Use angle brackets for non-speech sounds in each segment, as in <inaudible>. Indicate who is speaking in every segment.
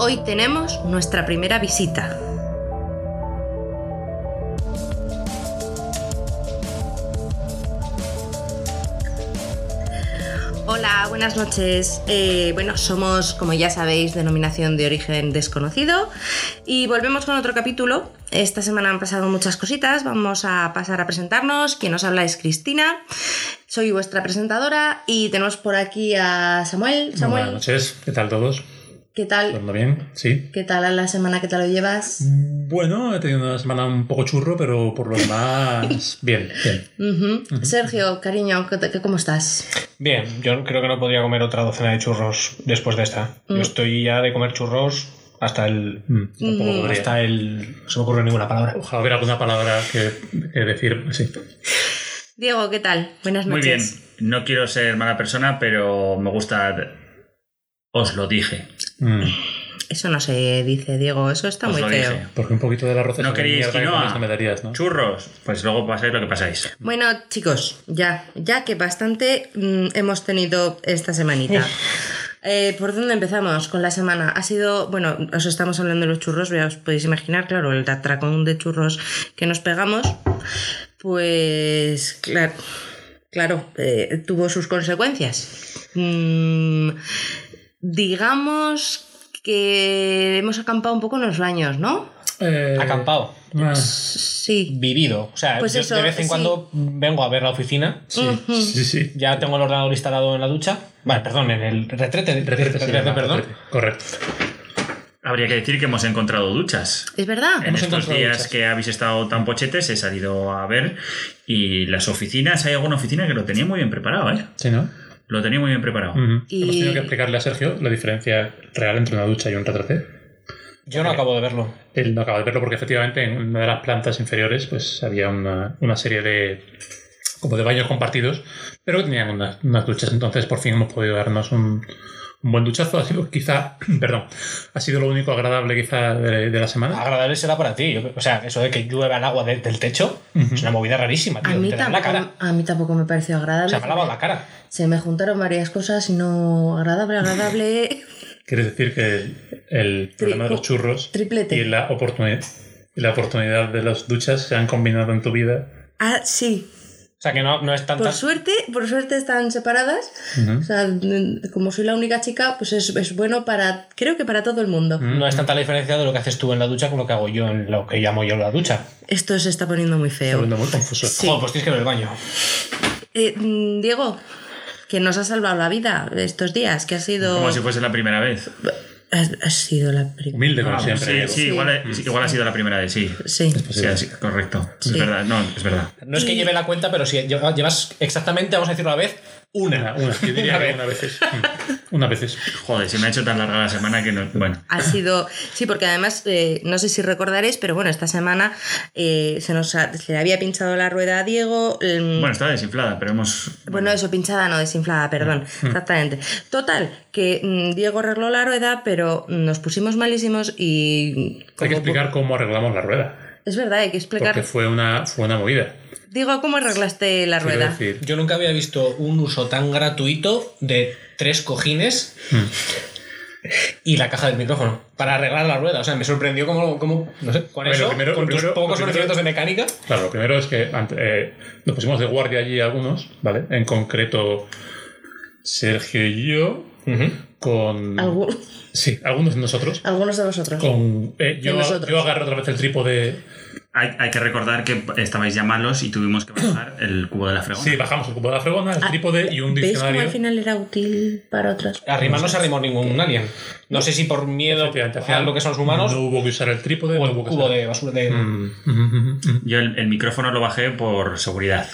Speaker 1: Hoy tenemos nuestra primera visita. Hola, buenas noches. Eh, bueno, somos, como ya sabéis, denominación de origen desconocido y volvemos con otro capítulo. Esta semana han pasado muchas cositas, vamos a pasar a presentarnos. Quien nos habla es Cristina, soy vuestra presentadora y tenemos por aquí a Samuel. Samuel,
Speaker 2: Buenas noches, ¿qué tal todos?
Speaker 1: ¿qué tal?
Speaker 2: ¿Todo bien? Sí.
Speaker 1: ¿Qué tal a la semana? ¿Qué tal lo llevas?
Speaker 2: Bueno, he tenido una semana un poco churro, pero por lo <laughs> demás, bien, bien.
Speaker 1: Ujú. Sergio, cariño, ¿qué te- qué- ¿cómo estás?
Speaker 3: Bien, yo creo que no podría comer otra docena de churros después de esta.
Speaker 1: Mm.
Speaker 3: Yo estoy ya de comer churros hasta el.
Speaker 2: Mm, Tampoco
Speaker 1: Mm.
Speaker 2: podría.
Speaker 3: Hasta el. No se me ocurre ninguna palabra.
Speaker 2: Ojalá hubiera alguna palabra que, que decir. Sí.
Speaker 1: Diego, ¿qué tal? Buenas
Speaker 4: Muy
Speaker 1: noches.
Speaker 4: bien, no quiero ser mala persona, pero me gusta... Os lo dije.
Speaker 2: Mm,
Speaker 1: Eso no se dice, Diego, eso está
Speaker 4: Os
Speaker 1: muy
Speaker 4: lo
Speaker 1: feo.
Speaker 4: dije.
Speaker 2: Porque un poquito de la roza
Speaker 4: No queréis quinoa.
Speaker 2: me darías, ¿no?
Speaker 4: Churros, pues luego pasáis lo que pasáis.
Speaker 1: Bueno, chicos, ya, ya que bastante mm, hemos tenido esta
Speaker 3: <laughs>
Speaker 1: semanita. Eh, ¿Por dónde empezamos con la semana? Ha sido, bueno, os estamos hablando de los churros, ya os podéis imaginar, claro, el atracón de churros que nos pegamos, pues claro, claro, eh, tuvo sus consecuencias. Mm, digamos que hemos acampado un poco en los baños, ¿no?
Speaker 2: Eh,
Speaker 3: Acampado.
Speaker 2: ah,
Speaker 1: Sí.
Speaker 3: Vivido. O sea,
Speaker 1: Pues
Speaker 3: yo
Speaker 1: eso,
Speaker 3: de vez en
Speaker 1: sí.
Speaker 3: cuando vengo a ver la oficina.
Speaker 2: sí, sí, sí.
Speaker 3: Ya tengo el ordenador instalado en la ducha. Vale, perdón, en el
Speaker 2: Retrete,
Speaker 3: retrete.
Speaker 2: sí,
Speaker 3: retrete,
Speaker 2: verdad,
Speaker 3: perdón.
Speaker 2: retrete. Correcto.
Speaker 4: Habría que decir que hemos encontrado duchas.
Speaker 1: ¿Es verdad?
Speaker 3: Eh,
Speaker 4: En estos
Speaker 3: encontrado
Speaker 4: días
Speaker 3: duchas.
Speaker 4: que habéis estado tan pochetes he salido a ver y las oficinas, hay alguna oficina que lo tenía muy bien preparado, ¿eh?
Speaker 2: Sí, ¿no?
Speaker 4: Lo tenía muy bien preparado.
Speaker 2: Ujú.
Speaker 1: Y-
Speaker 2: Hemos tenido que explicarle a Sergio la diferencia real entre una ducha y un retrete.
Speaker 3: Yo no acabo de verlo.
Speaker 2: Él no acaba de verlo porque efectivamente en una de las plantas inferiores pues había una, una serie de como de baños compartidos, pero que tenían unas, unas duchas. Entonces por fin hemos podido darnos un, un buen duchazo. Ha sido quizá, <clears throat> perdón, ha sido lo único agradable quizá de, de la semana.
Speaker 1: Ah.
Speaker 3: Agradable será para ti. Yo- O sea, eso de que llueva el agua de- del techo
Speaker 2: Ujú.
Speaker 3: es una movida rarísima, tío.
Speaker 1: A mí,
Speaker 3: Te da la
Speaker 1: tampoco,
Speaker 3: cara.
Speaker 1: a mí tampoco me pareció
Speaker 3: O
Speaker 1: agradable.
Speaker 3: sea, me ha lavado la cara.
Speaker 1: Se me juntaron varias cosas y no agradable, agradable.
Speaker 2: Quiere decir que el problema de los churros
Speaker 1: oh, triplete.
Speaker 2: y la oportunidad y la oportunidad de las duchas se han combinado en tu vida.
Speaker 1: <laughs> ah, sí.
Speaker 3: O sea, que no, no es tanta.
Speaker 1: Por suerte, por suerte están separadas.
Speaker 2: Ujú.
Speaker 1: O sea, mm, como soy la única chica, pues es, es bueno para, creo que para todo el mundo.
Speaker 2: Mm.
Speaker 3: No es tanta la diferencia de lo que haces tú en la ducha con lo que hago yo en lo que llamo yo la ducha.
Speaker 1: Esto se está poniendo muy
Speaker 2: Está
Speaker 1: feo.
Speaker 2: volviendo muy confuso.
Speaker 1: Sí.
Speaker 3: Joder, pues tienes que ver el baño.
Speaker 1: Eh, mm, Diego, que nos ha salvado la vida estos días, que ha sido...
Speaker 4: Como si fuese la primera vez.
Speaker 1: Ha, ha sido la primera.
Speaker 2: Humilde como
Speaker 4: Ah,
Speaker 2: siempre.
Speaker 4: sí,
Speaker 2: Diego.
Speaker 4: sí, igual, igual ha sido la primera vez, sí.
Speaker 1: Sí.
Speaker 4: Sí, así- correcto.
Speaker 1: Sí.
Speaker 4: Es verdad, no, es verdad.
Speaker 3: No es que
Speaker 1: Y-
Speaker 3: lleve la cuenta, pero si lle- llevas exactamente, vamos a decirlo a la vez,
Speaker 2: Una,
Speaker 3: una.
Speaker 2: una. Yo diría
Speaker 3: Una
Speaker 2: que
Speaker 3: vez.
Speaker 2: una veces. Mm. Una veces.
Speaker 4: Joder, se me ha hecho tan larga la semana que no. Bueno.
Speaker 1: Ha sido. Sí, porque además, eh, no sé si recordaréis, pero bueno, esta semana eh, se nos ha- se le había pinchado la rueda a Diego. em,
Speaker 4: Bueno, estaba desinflada, pero hemos.
Speaker 1: bueno, eso, pinchada, no desinflada, perdón.
Speaker 2: Mm,
Speaker 1: Exactamente. Total, que mm, Diego arregló la rueda, pero mm, nos pusimos malísimos y.
Speaker 2: Hay que
Speaker 1: como-
Speaker 2: explicar cómo arreglamos la rueda.
Speaker 1: Es verdad, hay que explicar.
Speaker 2: Porque fue una, fue una movida.
Speaker 1: Diego, ¿cómo arreglaste la
Speaker 2: Quiero
Speaker 1: rueda?
Speaker 2: decir,
Speaker 3: Yo nunca había visto un uso tan gratuito de tres cojines
Speaker 2: Mm.
Speaker 3: y la caja del micrófono para arreglar la rueda. O sea, me sorprendió como, como no sé, con
Speaker 2: Bueno,
Speaker 3: eso,
Speaker 2: primero-
Speaker 3: con
Speaker 2: primero-
Speaker 3: tus pocos
Speaker 2: lo primero-
Speaker 3: conocimientos de mecánica.
Speaker 2: claro, lo primero es que ante- eh, nos pusimos de guardia allí algunos, ¿vale? En concreto, Sergio y yo, con.
Speaker 1: Algu-
Speaker 2: Sí, algunos de nosotros.
Speaker 1: algunos de vosotros.
Speaker 2: Con, eh, yo,
Speaker 1: De nosotros.
Speaker 2: yo agarro otra vez el trípode.
Speaker 4: Hay, hay que recordar que estabais ya malos y tuvimos que
Speaker 3: <coughs>
Speaker 4: bajar el cubo de la fregona.
Speaker 2: Sí, bajamos el cubo de la fregona, el
Speaker 1: Ah,
Speaker 2: trípode y un
Speaker 1: ¿Veis cómo
Speaker 2: diccionario.
Speaker 1: al final era útil para otras?
Speaker 3: Arrimar no se arrimó ningún alien. No sé si por miedo
Speaker 2: Efectivamente, al
Speaker 3: a
Speaker 2: final
Speaker 3: lo que son los humanos
Speaker 2: No hubo que usar el trípode,
Speaker 3: o
Speaker 2: no
Speaker 3: el
Speaker 2: hubo que
Speaker 3: cubo
Speaker 2: usar-
Speaker 3: de basura de...
Speaker 2: Mm, mm, mm, mm.
Speaker 4: Yo el, el micrófono lo bajé por seguridad.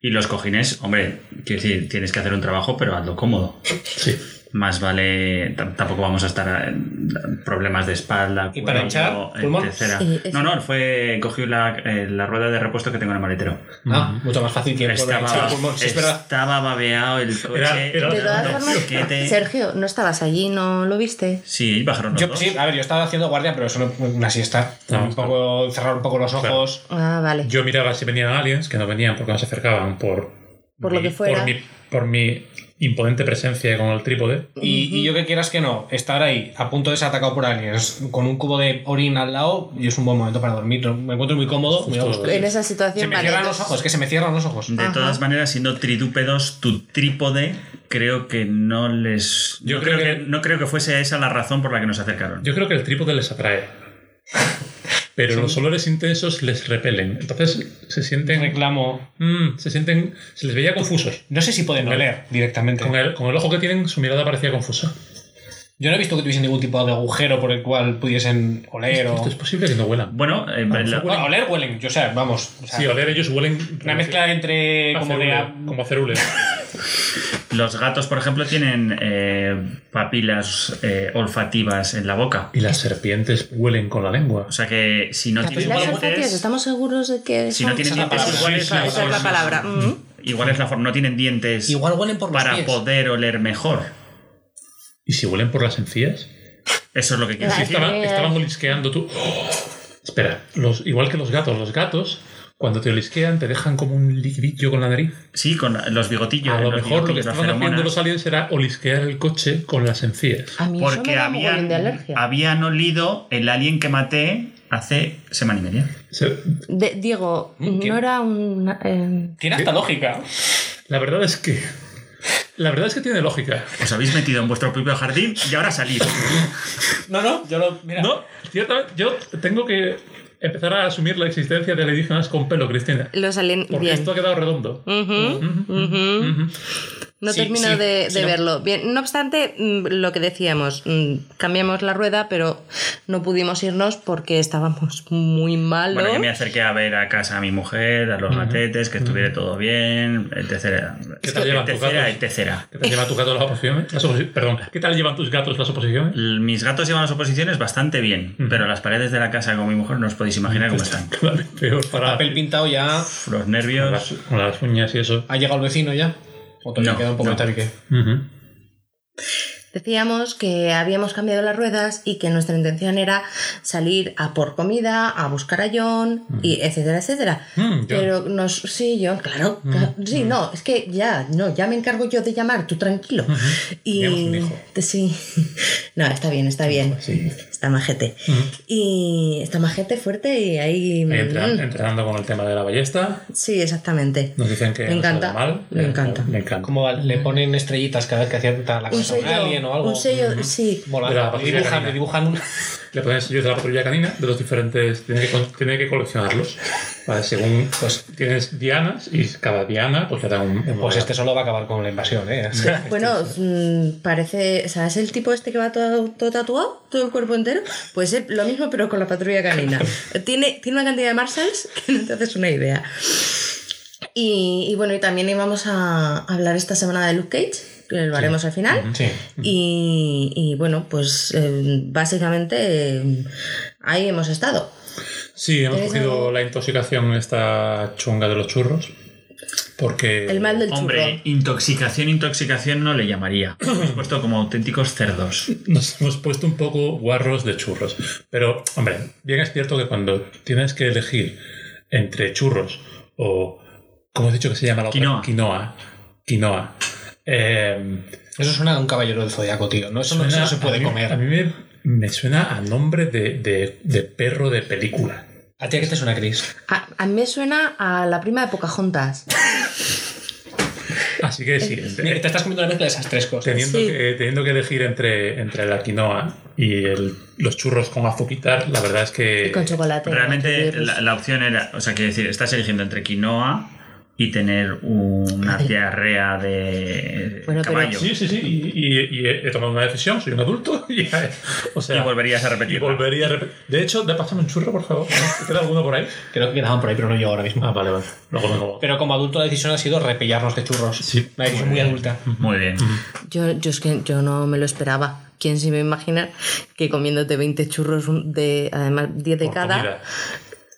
Speaker 4: Y los cojines, hombre, quiero decir, tienes que hacer un trabajo, pero hazlo cómodo.
Speaker 2: Sí.
Speaker 4: Más vale, tam- tampoco vamos a estar en problemas de espalda,
Speaker 3: ¿Y para hinchar, pulmón?
Speaker 4: etcétera.
Speaker 1: Sí, eso.
Speaker 4: No, no, fue cogió la, eh, la rueda de repuesto que tengo en el maletero.
Speaker 2: Mm,
Speaker 3: Ah, mucho más fácil que volver a echar
Speaker 4: Estaba,
Speaker 3: el pulmón. Sí, es verdad.
Speaker 4: estaba babeado el coche.
Speaker 2: Era- era-
Speaker 1: De
Speaker 2: De
Speaker 1: todas
Speaker 2: no,
Speaker 1: formas,
Speaker 4: Mosquete.
Speaker 1: Sergio, no estabas allí, ¿no lo viste?
Speaker 4: Sí, bajaron los
Speaker 3: Yo,
Speaker 4: dos.
Speaker 3: sí, a ver, yo estaba haciendo guardia, pero eso no, una siesta.
Speaker 2: No,
Speaker 3: un poco, cerrar un poco los ojos.
Speaker 1: Ah, vale.
Speaker 2: Yo miraba si venían aliens, que no venían porque no se acercaban por.
Speaker 1: Por lo
Speaker 2: mi-
Speaker 1: que fuera.
Speaker 2: Por mi, por mi imponente presencia con el trípode.
Speaker 3: Y, y yo que quieras que no, estar ahí a punto de ser atacado por aliens con un cubo de orina al lado y es un buen momento para dormir. Me encuentro muy cómodo, muy a gusto.
Speaker 1: En esa
Speaker 3: Se
Speaker 1: situación,
Speaker 3: me
Speaker 1: vale,
Speaker 3: cierran los
Speaker 1: entonces-
Speaker 3: ojos, que se me cierran los ojos.
Speaker 4: De todas maneras, siendo tridúpedos, tu trípode creo que no les.
Speaker 2: Yo
Speaker 4: no
Speaker 2: creo que-
Speaker 4: no creo que fuese esa la razón por la que nos acercaron.
Speaker 2: Yo creo que el trípode les atrae. Pero los olores intensos les repelen. Entonces se sienten.
Speaker 3: Reclamo.
Speaker 2: mm, se sienten. Se les veía confusos.
Speaker 3: No sé si pueden oler directamente.
Speaker 2: Con el, con el ojo que tienen, su mirada parecía confusa.
Speaker 3: Yo no he visto que tuviesen ningún tipo de agujero por el cual pudiesen oler o.
Speaker 2: Esto es posible que no huelan.
Speaker 4: Bueno, eh, la-
Speaker 2: mejor-
Speaker 3: Bueno, oler huelen, yo sé, vamos. o sea,
Speaker 2: Sí, oler ellos huelen.
Speaker 3: Una mezcla entre
Speaker 2: a
Speaker 3: como de.
Speaker 2: cerule,
Speaker 3: a-
Speaker 2: como a cerule.
Speaker 4: los gatos, por ejemplo, tienen eh, papilas eh, olfativas en la boca.
Speaker 2: Y las serpientes huelen con la lengua.
Speaker 4: O sea que si no tienen
Speaker 1: Papilas olfativas,
Speaker 4: dientes.
Speaker 1: estamos seguros de que
Speaker 4: Si no
Speaker 1: son-
Speaker 4: tienen
Speaker 3: esa es la
Speaker 4: dientes,
Speaker 3: palabra.
Speaker 4: igual es
Speaker 2: Sí,
Speaker 4: la
Speaker 2: sí,
Speaker 1: esa es la
Speaker 4: forma.
Speaker 1: palabra. mm.
Speaker 4: Igual es la forma. No tienen dientes
Speaker 3: Igual huelen por los
Speaker 4: para
Speaker 3: pies.
Speaker 4: poder oler mejor.
Speaker 2: ¿Y si huelen por las encías?
Speaker 4: Eso es lo que quiero
Speaker 1: Las
Speaker 2: Sí,
Speaker 4: decir.
Speaker 2: estaba-
Speaker 1: encías.
Speaker 2: estaban olisqueando tú. ¡Oh! Espera, los, igual que los gatos, los gatos, cuando te olisquean, te dejan como un liquidillo con la nariz.
Speaker 4: Sí, con la- los bigotillos.
Speaker 2: a lo
Speaker 4: los
Speaker 2: mejor lo que
Speaker 4: bigotillos, las
Speaker 2: estaban haciendo
Speaker 4: feromonas.
Speaker 2: los aliens era olisquear el coche con las encías.
Speaker 1: A mí eso me
Speaker 4: Porque
Speaker 1: da mogollón
Speaker 4: habían,
Speaker 1: de alergia.
Speaker 4: habían olido el alien que maté hace semana y media.
Speaker 2: Se-
Speaker 1: De- Diego,
Speaker 3: Mm, ¿qué?
Speaker 1: no era un... eh,
Speaker 3: Tiene hasta lógica.
Speaker 2: la verdad es que. La verdad es que tiene lógica.
Speaker 4: Os habéis metido en vuestro propio jardín y ahora salid.
Speaker 3: No, no, yo lo. Mira.
Speaker 2: No, ciertamente, yo tengo que empezar a asumir la existencia de alienígenas con pelo, Cristina.
Speaker 1: los alien...
Speaker 2: Porque
Speaker 1: Bien.
Speaker 2: esto ha quedado redondo.
Speaker 1: Ujú, ujú.
Speaker 2: Ujú.
Speaker 1: No
Speaker 3: Sí,
Speaker 1: termino de,
Speaker 3: sí,
Speaker 1: de
Speaker 3: sí, no.
Speaker 1: verlo. Bien, no obstante, mm, lo que decíamos, mm, cambiamos la rueda, pero no pudimos irnos porque estábamos muy malos.
Speaker 4: Bueno, yo me acerqué a ver a casa a mi mujer, a los matetes, que estuviera todo bien, etc.
Speaker 2: ¿Qué tal llevan tus
Speaker 4: etcétera,
Speaker 2: gatos?
Speaker 4: etcétera.
Speaker 2: ¿Qué tal llevan tus gatos las oposiciones? Las oposi- perdón, ¿qué tal llevan tus gatos las oposiciones?
Speaker 4: L- Mis gatos llevan las oposiciones bastante bien, pero las paredes de la casa con mi mujer no os podéis imaginar cómo están.
Speaker 2: <laughs> Cada vez Pues, peor para
Speaker 3: Papel pintado ya.
Speaker 4: Los
Speaker 2: con
Speaker 4: nervios.
Speaker 2: las, con las uñas y eso.
Speaker 3: ¿Ha llegado el vecino ya? ¿O todavía
Speaker 4: No,
Speaker 3: queda un poco
Speaker 4: no.
Speaker 3: de tabique?
Speaker 2: Ujú.
Speaker 1: Decíamos que habíamos cambiado las ruedas y que nuestra intención era salir a por comida, a buscar a John, y etcétera, etcétera.
Speaker 2: Mm, John. Mm,
Speaker 1: Pero nos. Sí, John, claro. claro, sí, no, es que ya, no, ya me encargo yo de llamar, tú tranquilo. Y.
Speaker 2: Teníamos un hijo. Pues
Speaker 1: Sí. <laughs> No, está bien, está bien.
Speaker 2: Sí.
Speaker 1: Está majete. Y está majete fuerte y ahí.
Speaker 2: Entra-
Speaker 1: mm,
Speaker 2: entrenando con el tema de la ballesta.
Speaker 1: Sí, exactamente.
Speaker 2: Nos dicen que
Speaker 1: Me
Speaker 2: no se
Speaker 1: encanta,
Speaker 2: da mal. eh,
Speaker 1: me encanta.
Speaker 2: Me encanta.
Speaker 3: Como al- le ponen estrellitas cada vez que acierta la
Speaker 1: Un
Speaker 2: pues,
Speaker 3: cosa
Speaker 1: sello.
Speaker 3: a alguien o algo.
Speaker 1: Un sello, sí.
Speaker 3: Mola.
Speaker 2: De la
Speaker 3: Le dibujan,
Speaker 2: patrulla
Speaker 3: le dibujan un-
Speaker 2: Le ponen sellos de la patrulla canina de los diferentes. Tiene que, col- tiene que coleccionarlos. Vale, según. Pues tienes dianas y cada diana pues le da un. un
Speaker 3: Pues este solo va a acabar con la invasión, ¿eh? <laughs>
Speaker 1: <laughs> Bueno, mm, parece. ¿Sabes el tipo este que va todo, todo tatuado? Todo el cuerpo entero. Pues es lo mismo, pero con la patrulla
Speaker 4: <laughs>
Speaker 1: canina. tiene, tiene una cantidad de Marshalls <laughs> que no te haces una idea. Y, y bueno, y también íbamos a hablar esta semana de Luke Cage, que lo haremos al final.
Speaker 3: Sí.
Speaker 1: Y, y, bueno, pues eh, básicamente eh, ahí hemos estado.
Speaker 2: Sí, hemos
Speaker 1: ¿Tenéis
Speaker 2: cogido
Speaker 1: algo?
Speaker 2: la intoxicación esta chunga de los churros. Porque.
Speaker 1: El mal del
Speaker 4: Eh, Hombre, intoxicación, intoxicación no le llamaría. Os he puesto como auténticos cerdos.
Speaker 2: Nos <laughs> hemos puesto un poco guarros de churros. Pero, hombre, bien es cierto que cuando tienes que elegir entre churros o. ¿Cómo has dicho que se llama la otra?
Speaker 4: Quinoa.
Speaker 2: Quinoa. Quinoa. Eh,
Speaker 3: Eso suena a un caballero del zodiaco, tío. No, eso, no- eso
Speaker 2: suena-
Speaker 3: no se
Speaker 2: a
Speaker 3: puede
Speaker 2: mí- A
Speaker 3: comer.
Speaker 2: mí me, me suena a nombre de, de- de perro de película.
Speaker 3: ¿A ti a qué te suena, Chris?
Speaker 1: churro. A, a mí me suena a la prima de Pocahontas.
Speaker 2: Así que sí,
Speaker 3: Mira,
Speaker 2: este-
Speaker 3: Te estás comiendo la mezcla de esas tres cosas.
Speaker 2: teniendo,
Speaker 1: Sí.
Speaker 2: que, teniendo que elegir entre, entre la quinoa y el- los churros con azuquitar, la verdad es que...
Speaker 1: Y con chocolate.
Speaker 4: Realmente
Speaker 1: ¿no?
Speaker 4: la, la opción era, o sea, quiero decir, estás eligiendo entre quinoa y tener una
Speaker 1: Ay.
Speaker 4: diarrea de
Speaker 1: Bueno, pero-
Speaker 4: caballo.
Speaker 2: Sí, sí, sí, y, y- y he he tomado una decisión, soy un adulto <laughs> y, o sea,
Speaker 4: Y volverías a
Speaker 2: y
Speaker 4: repetir.
Speaker 2: volvería a repetir. De hecho, da- pásame un churro, por favor. ¿Te ¿Queda alguno por ahí?
Speaker 3: Creo que quedaban por ahí, pero no yo ahora mismo.
Speaker 2: Ah, vale, vale. Luego me como.
Speaker 3: Pero como adulto la decisión ha sido repellarnos de churros.
Speaker 2: Sí.
Speaker 3: Una decisión muy adulta.
Speaker 4: Muy bien.
Speaker 1: Yo, yo es que yo no me lo esperaba. ¿Quién se iba a imaginar que comiéndote 20 churros un- de, además 10 de
Speaker 2: por
Speaker 1: cada...
Speaker 2: comida.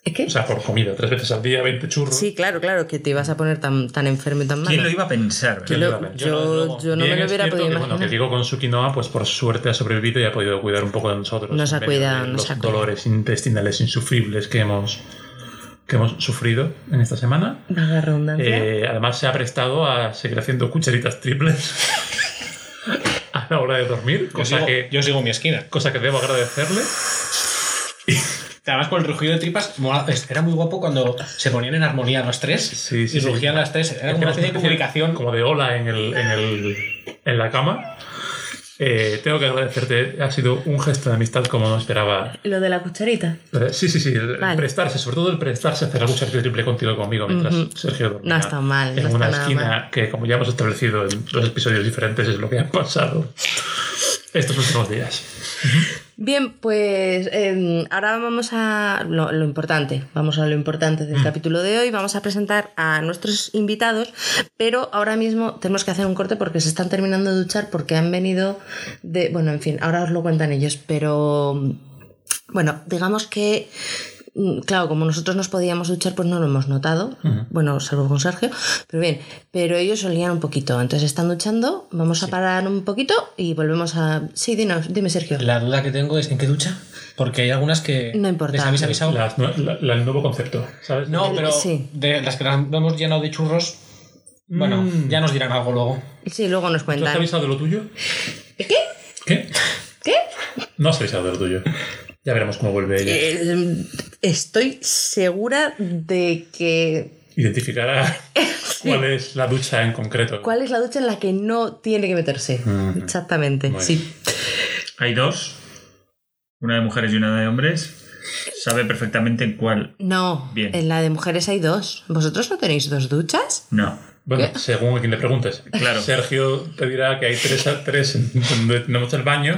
Speaker 1: ¿Eh, qué?
Speaker 2: O sea, por comida, tres veces al día, 20 churros.
Speaker 1: sí, claro, claro, que te ibas a poner tan, tan enfermo y tan mal.
Speaker 4: ¿Quién lo iba a pensar?
Speaker 1: Yo,
Speaker 2: ¿Quién
Speaker 1: lo-
Speaker 2: lo iba a ver?
Speaker 1: yo-
Speaker 3: Yo no, desde luego.
Speaker 1: yo no
Speaker 2: Bien
Speaker 1: me lo
Speaker 2: es
Speaker 1: hubiera podido
Speaker 2: cierto que, Bueno, que
Speaker 1: imaginar.
Speaker 2: digo con su quinoa, pues por suerte ha sobrevivido y ha podido cuidar un poco de nosotros.
Speaker 1: Nos ha
Speaker 2: en medio de
Speaker 1: cuidado, nos
Speaker 2: Los
Speaker 1: ha cuidado.
Speaker 2: dolores intestinales insufribles que hemos que hemos sufrido en esta semana.
Speaker 1: Vaga redundancia.
Speaker 2: Eh, además, se ha prestado a seguir haciendo cucharitas triples <laughs> a la hora de dormir,
Speaker 3: Yo
Speaker 2: cosa
Speaker 3: sigo,
Speaker 2: que,
Speaker 3: yo sigo mi esquina.
Speaker 2: cosa que debo agradecerle.
Speaker 3: Además, con el rugido de tripas, mola- es- era muy guapo cuando se ponían en armonía los tres
Speaker 2: Sí, sí, sí.
Speaker 3: y rugían las tres. Era como una especie de comunicación.
Speaker 2: Como de ola en, el, en, el, en la cama. Eh, tengo que agradecerte, ha sido un gesto de amistad como no esperaba.
Speaker 1: Lo de la cucharita.
Speaker 2: Pero sí, sí, sí, el, el
Speaker 1: Vale.
Speaker 2: prestarse, sobre todo el prestarse a hacer la cucharita triple contigo y conmigo mientras
Speaker 1: Ujú.
Speaker 2: Sergio dormía
Speaker 1: No está mal, no
Speaker 2: En
Speaker 1: está
Speaker 2: una
Speaker 1: nada
Speaker 2: esquina
Speaker 1: mal.
Speaker 2: que, como ya hemos establecido en dos episodios diferentes, es lo que han pasado estos últimos días.
Speaker 1: Bien, pues eh, ahora vamos a lo, lo importante, vamos a lo importante del capítulo de hoy, vamos a presentar a nuestros invitados, pero ahora mismo tenemos que hacer un corte porque se están terminando de duchar porque han venido de, bueno, en fin, ahora os lo cuentan ellos, pero bueno, digamos que, mm, claro, como nosotros nos podíamos duchar, pues no lo hemos notado. Bueno, salvo con Sergio, pero bien. Pero ellos olían un poquito. Entonces están duchando, vamos a parar un poquito y volvemos a. Sí, dinos, dime, Sergio.
Speaker 3: La duda que tengo es: ¿en qué ducha? Porque hay algunas que.
Speaker 1: No importa.
Speaker 3: ¿Les habéis avisado?
Speaker 2: Las nue- la- la- el nuevo concepto, ¿sabes?
Speaker 3: No, pero
Speaker 1: Sí.
Speaker 3: de las que las hemos llenado de churros. Bueno,
Speaker 2: Mm.
Speaker 3: ya nos dirán algo luego.
Speaker 1: Sí, luego nos
Speaker 2: ¿Tú has
Speaker 1: cuentan.
Speaker 2: avisado de lo tuyo?
Speaker 1: ¿Qué?
Speaker 2: ¿Qué?
Speaker 1: ¿Qué?
Speaker 2: No has avisado de lo tuyo. Ya veremos cómo vuelve ella.
Speaker 1: Eh, estoy segura de que.
Speaker 2: Identificará <laughs> cuál es la ducha en concreto.
Speaker 1: Eh, ¿Cuál es la ducha en la que no tiene que meterse?
Speaker 2: Ujú.
Speaker 1: Exactamente,
Speaker 2: Muy
Speaker 1: sí.
Speaker 4: Hay dos, una de mujeres y una de hombres. Sabe perfectamente en cuál.
Speaker 1: No,
Speaker 4: Bien.
Speaker 1: en la de mujeres hay dos. ¿Vosotros no tenéis dos duchas?
Speaker 4: No.
Speaker 2: Bueno, según a quien le preguntes.
Speaker 4: Claro.
Speaker 2: Sergio te dirá que hay tres, tres donde tenemos el baño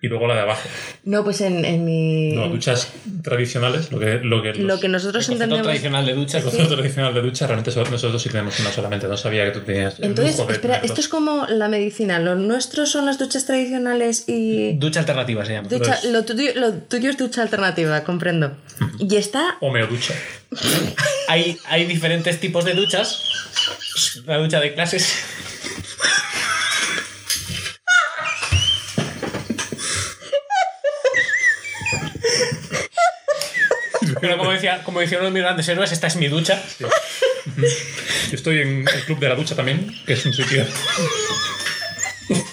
Speaker 2: y luego la de abajo.
Speaker 1: No, pues en, en mi.
Speaker 2: No, duchas tradicionales, lo que, lo que,
Speaker 1: lo
Speaker 2: los- <laughs>
Speaker 1: que
Speaker 3: El
Speaker 1: nosotros
Speaker 3: concepto
Speaker 1: entendemos.
Speaker 3: tradicional de pues, ducha.
Speaker 2: el concepto tradicional de ducha realmente so- nosotros sí tenemos una solamente. No sabía que tú tenías. el
Speaker 1: Entonces,
Speaker 2: lujo de
Speaker 1: espera,
Speaker 2: tener
Speaker 1: esto
Speaker 2: dos.
Speaker 1: es como la medicina. Lo nuestro son las duchas tradicionales y.
Speaker 3: Ducha alternativa se llama.
Speaker 1: Ducha,
Speaker 2: es-
Speaker 1: lo, tuyo, lo tuyo es ducha alternativa, comprendo. Y está.
Speaker 2: Homeoducha.
Speaker 3: Hay, hay diferentes tipos de duchas. La ducha de clases. Pero como decía, como decía uno de mis grandes héroes, esta es mi ducha. <laughs>
Speaker 2: Yo estoy en el club de la ducha también, que es un sitio. <laughs>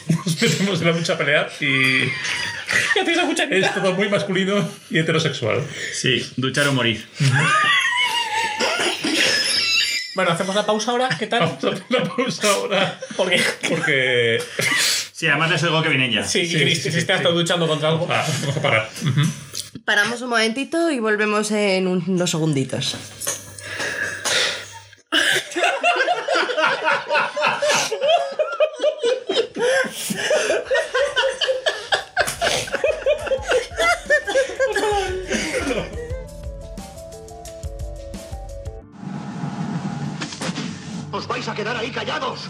Speaker 2: Nos metemos en la ducha a pelear y
Speaker 3: Ya tienes la cucharita.
Speaker 2: es todo muy masculino y heterosexual.
Speaker 4: Sí, duchar o morir.
Speaker 3: Bueno, hacemos la pausa ahora, <laughs> ¿qué tal?
Speaker 2: Vamos a hacer una pausa ahora
Speaker 3: Porque
Speaker 2: porque
Speaker 4: Sí, además les oigo que viene ella.
Speaker 3: sí,
Speaker 2: Sí,
Speaker 3: Chris,
Speaker 2: sí,
Speaker 3: si
Speaker 2: sí,
Speaker 3: estás
Speaker 2: sí.
Speaker 3: tú duchando contra algo.
Speaker 2: Ah, vamos a parar. Ujú.
Speaker 1: Paramos un momentito y volvemos en un- unos segunditos.
Speaker 5: ¿Os vais a quedar ahí callados?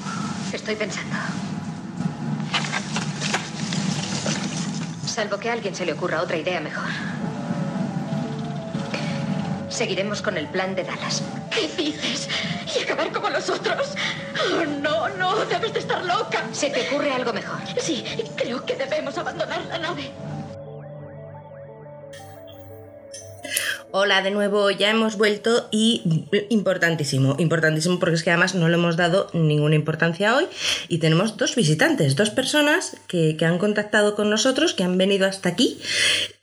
Speaker 6: Estoy pensando. Salvo que a alguien se le ocurra otra idea mejor. Seguiremos con el plan de Dallas.
Speaker 7: ¿Qué dices? ¿Y acabar como los otros? Oh, no, no, debes de estar loca.
Speaker 6: ¿Se te ocurre algo mejor?
Speaker 7: Sí, creo que debemos abandonar la nave.
Speaker 1: Hola de nuevo, ya hemos vuelto y importantísimo, importantísimo porque es que además no le hemos dado ninguna importancia hoy y tenemos dos visitantes, dos personas que, que han contactado con nosotros, que han venido hasta aquí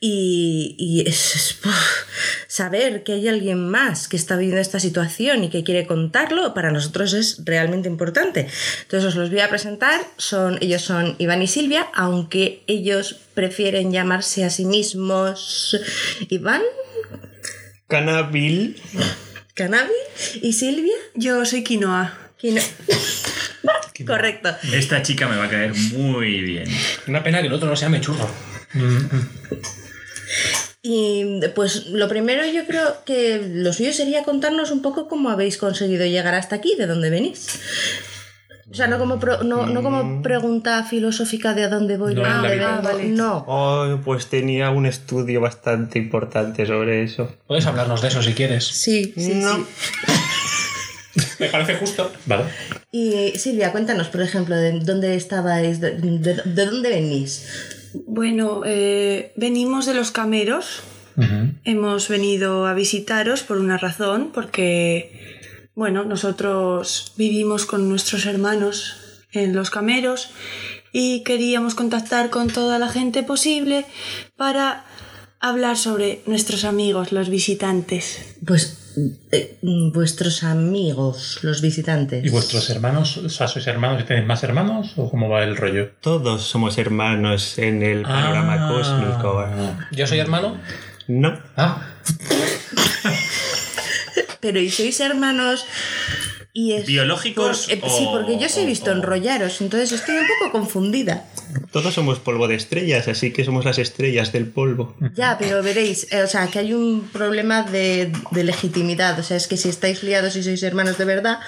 Speaker 1: y, y es, es, uf, saber que hay alguien más que está viviendo esta situación y que quiere contarlo para nosotros es realmente importante. Entonces os los voy a presentar, son, ellos son Iván y Silvia, aunque ellos prefieren llamarse a sí mismos Iván.
Speaker 8: Canabil.
Speaker 1: Canabi y Silvia.
Speaker 8: Yo soy quinoa.
Speaker 1: Quino-
Speaker 2: <laughs>
Speaker 1: Correcto.
Speaker 4: Esta chica me va a caer muy bien.
Speaker 3: Una pena que el otro no se llame churro.
Speaker 1: Y pues lo primero yo creo que lo suyo sería contarnos un poco cómo habéis conseguido llegar hasta aquí, de dónde venís. O sea, no como, pro- no, no como pregunta filosófica de a dónde voy,
Speaker 2: Mm. No,
Speaker 1: de
Speaker 2: en la
Speaker 1: dónde
Speaker 2: vida.
Speaker 1: vengo,
Speaker 8: Ah, vale.
Speaker 1: no.
Speaker 8: Oh, pues tenía un estudio bastante importante sobre eso.
Speaker 3: Puedes hablarnos de eso si quieres.
Speaker 1: Sí, sí,
Speaker 8: no.
Speaker 1: sí.
Speaker 3: Me parece justo.
Speaker 2: Vale.
Speaker 1: Y Silvia, cuéntanos, por ejemplo, de dónde estabais, de, de- de dónde venís.
Speaker 8: Bueno, eh, venimos de los cameros,
Speaker 2: Ujú.
Speaker 9: Hemos venido a visitaros por una razón, porque, bueno, nosotros vivimos con nuestros hermanos en los cameros y queríamos contactar con toda la gente posible para hablar sobre nuestros amigos, los visitantes.
Speaker 1: Pues eh, vuestros amigos, los visitantes.
Speaker 2: ¿Y vuestros hermanos? O sea, ¿sois hermanos y tenéis más hermanos? ¿O cómo va el rollo?
Speaker 8: Todos somos hermanos en el panorama
Speaker 2: Ah.
Speaker 8: cósmico.
Speaker 3: ¿Yo soy hermano?
Speaker 8: No,
Speaker 3: Ah,
Speaker 1: Pero ¿y sois hermanos? Y es
Speaker 4: ¿Biológicos
Speaker 1: por- eh,
Speaker 4: o-
Speaker 1: Sí, porque yo os he visto
Speaker 4: o- o-
Speaker 1: enrollaros, entonces estoy un poco
Speaker 2: <laughs>
Speaker 1: confundida.
Speaker 8: todos somos polvo de estrellas, así que somos las estrellas del polvo.
Speaker 1: Ya, pero veréis, eh, o sea, que hay un problema de, de legitimidad. O sea, es que si estáis liados y sois hermanos de verdad,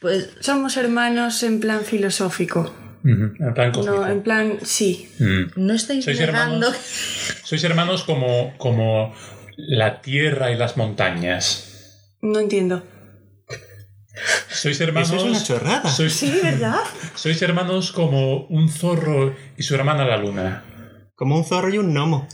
Speaker 1: pues
Speaker 9: Somos hermanos en plan filosófico.
Speaker 2: Ujú, En plan cósmico.
Speaker 9: No, en plan, sí.
Speaker 2: Mm.
Speaker 1: no estáis
Speaker 2: ¿Sois
Speaker 1: negando.
Speaker 2: hermanos? Sois hermanos como, como la tierra y las montañas.
Speaker 9: No
Speaker 2: <laughs>
Speaker 9: entiendo.
Speaker 2: Sois hermanos.
Speaker 8: Eso es una chorrada.
Speaker 2: Sois,
Speaker 9: ¿Verdad?
Speaker 2: sois hermanos como un zorro y su hermana la luna.
Speaker 8: Como un zorro y un gnomo.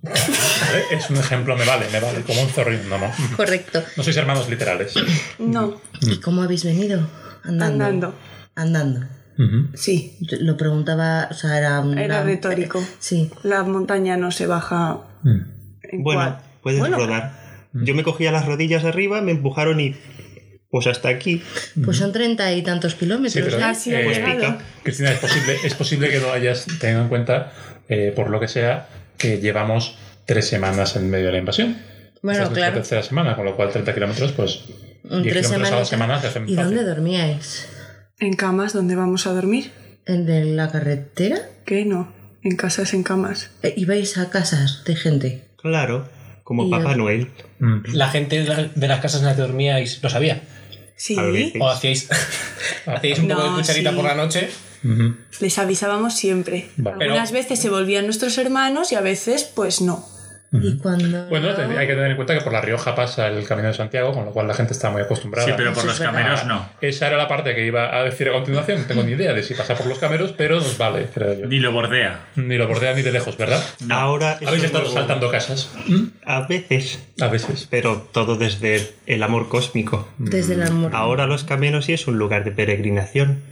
Speaker 2: ¿Vale? Es un ejemplo, me vale, me vale. Como un zorro y un gnomo.
Speaker 1: <laughs> Correcto.
Speaker 2: No sois hermanos literales.
Speaker 9: No,
Speaker 2: Mm.
Speaker 1: ¿Y cómo habéis venido? Andando.
Speaker 9: andando.
Speaker 1: Andando.
Speaker 2: Ujú.
Speaker 9: Sí,
Speaker 1: Yo Lo preguntaba, o sea, era un. eh,
Speaker 9: era retórico.
Speaker 1: Sí.
Speaker 9: La montaña no se baja
Speaker 2: Mm.
Speaker 9: en
Speaker 8: bueno,
Speaker 9: cuad-
Speaker 8: puedes
Speaker 1: Bueno.
Speaker 8: rodar. Yo me cogía las rodillas arriba, me empujaron y. Pues hasta aquí.
Speaker 1: Pues son treinta y tantos kilómetros.
Speaker 2: Sí, pero-
Speaker 1: ¿eh?
Speaker 9: Ah, sí, ha
Speaker 2: Eh,
Speaker 9: llegado.
Speaker 2: Cristina, es posible, es posible que no hayas tenido en cuenta, eh, por lo que sea, que llevamos tres semanas en medio de la invasión.
Speaker 1: Bueno,
Speaker 2: Esta es
Speaker 1: claro.
Speaker 2: La tercera semana, con lo cual 30 kilómetros, pues. 10
Speaker 1: Un
Speaker 2: kilómetros
Speaker 1: tres
Speaker 2: a la
Speaker 1: semanas.
Speaker 2: semana se hacen
Speaker 1: ¿Y
Speaker 2: fácil.
Speaker 1: dónde dormíais?
Speaker 9: en camas donde vamos a dormir.
Speaker 1: ¿En de la carretera?
Speaker 9: ¿Qué no? En casas, en camas.
Speaker 1: Eh, ¿Ibais a casas de gente?
Speaker 8: Claro, como
Speaker 1: Y
Speaker 8: Papá
Speaker 1: yo-
Speaker 8: Noel.
Speaker 2: Mm.
Speaker 3: la gente de la- de las casas en las que dormíais lo sabía.
Speaker 9: Sí,
Speaker 8: A veces.
Speaker 3: O hacíais, <laughs> hacíais un poco
Speaker 9: No,
Speaker 3: de cucharita
Speaker 9: sí.
Speaker 3: por la noche.
Speaker 2: Mm. Ujú.
Speaker 9: les avisábamos siempre.
Speaker 2: Vale.
Speaker 9: Algunas
Speaker 3: Pero-
Speaker 9: veces se volvían nuestros hermanos y a veces pues no.
Speaker 1: ¿Y cuando.?
Speaker 2: Bueno, te- hay que tener en cuenta que por La Rioja pasa el Camino de Santiago, con lo cual la gente está muy acostumbrada.
Speaker 4: Sí, pero por
Speaker 1: Eso
Speaker 4: los
Speaker 1: es verdad.
Speaker 4: cameros no.
Speaker 2: Esa era la parte que iba a decir a continuación. No tengo ni idea de si pasa por los cameros, pero nos vale, creo yo.
Speaker 4: Ni lo bordea.
Speaker 2: Ni lo bordea ni de lejos, ¿verdad?
Speaker 8: Ahora eso
Speaker 2: Habéis
Speaker 8: es
Speaker 2: estado
Speaker 8: muy bueno.
Speaker 2: saltando casas.
Speaker 8: A veces,
Speaker 2: A veces.
Speaker 8: pero todo desde el amor cósmico.
Speaker 1: Desde el amor.
Speaker 4: Mm.
Speaker 8: Ahora los cameros sí es un lugar de peregrinación.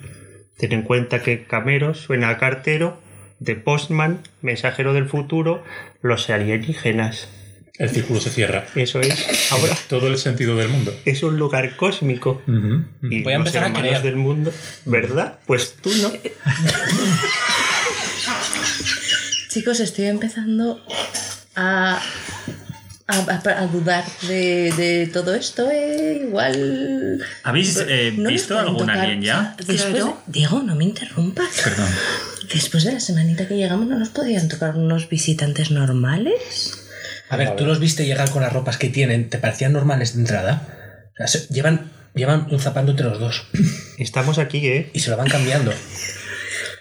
Speaker 8: Ten en cuenta que camero suena a cartero, de postman, mensajero del futuro, los alienígenas.
Speaker 2: El círculo se cierra.
Speaker 8: Eso es. Ahora
Speaker 2: Todo el sentido del mundo.
Speaker 8: es un lugar cósmico.
Speaker 2: Ujú.
Speaker 8: Y
Speaker 3: Voy a
Speaker 8: los
Speaker 3: empezar a
Speaker 8: hermanos
Speaker 3: creer.
Speaker 8: del mundo, ¿verdad? Pues tú no.
Speaker 1: Chicos, estoy empezando a. A, a- a dudar de, de todo esto, ¿eh? Igual.
Speaker 4: ¿Habéis eh,
Speaker 1: No nos
Speaker 4: visto
Speaker 1: pueden
Speaker 4: algún
Speaker 1: tocar.
Speaker 4: alien ya?
Speaker 1: Después,
Speaker 9: Claro.
Speaker 1: Diego, no me interrumpas.
Speaker 4: Perdón.
Speaker 1: Después de la semanita que llegamos, ¿no nos podían tocar unos visitantes normales?
Speaker 3: A ver, tú los viste llegar con las ropas que tienen. ¿Te parecían normales de entrada? O sea, se- llevan, llevan un zapato entre los dos.
Speaker 8: Estamos aquí, ¿eh?
Speaker 3: Y se lo van cambiando.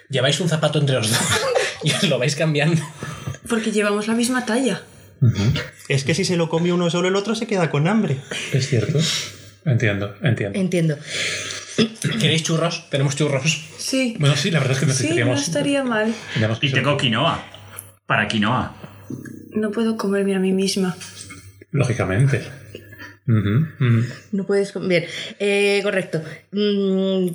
Speaker 3: Lleváis un zapato entre los dos. <laughs> Y os lo vais cambiando.
Speaker 9: Porque llevamos la misma talla.
Speaker 8: Es que si se lo come uno solo, el otro se queda con hambre.
Speaker 2: Es cierto. Entiendo, entiendo.
Speaker 1: Entiendo.
Speaker 3: ¿Queréis churros? Tenemos churros.
Speaker 9: Sí.
Speaker 2: Bueno, sí, la verdad es que
Speaker 9: Sí, no
Speaker 2: necesitaríamos.
Speaker 9: estaría mal.
Speaker 2: tendríamos que
Speaker 4: Y
Speaker 2: ser-
Speaker 4: tengo quinoa. Para quinoa.
Speaker 9: No puedo comerme a mí misma.
Speaker 2: Lógicamente. Ujú, ujú.
Speaker 1: No puedes. con- Bien, Eh, correcto. Mm,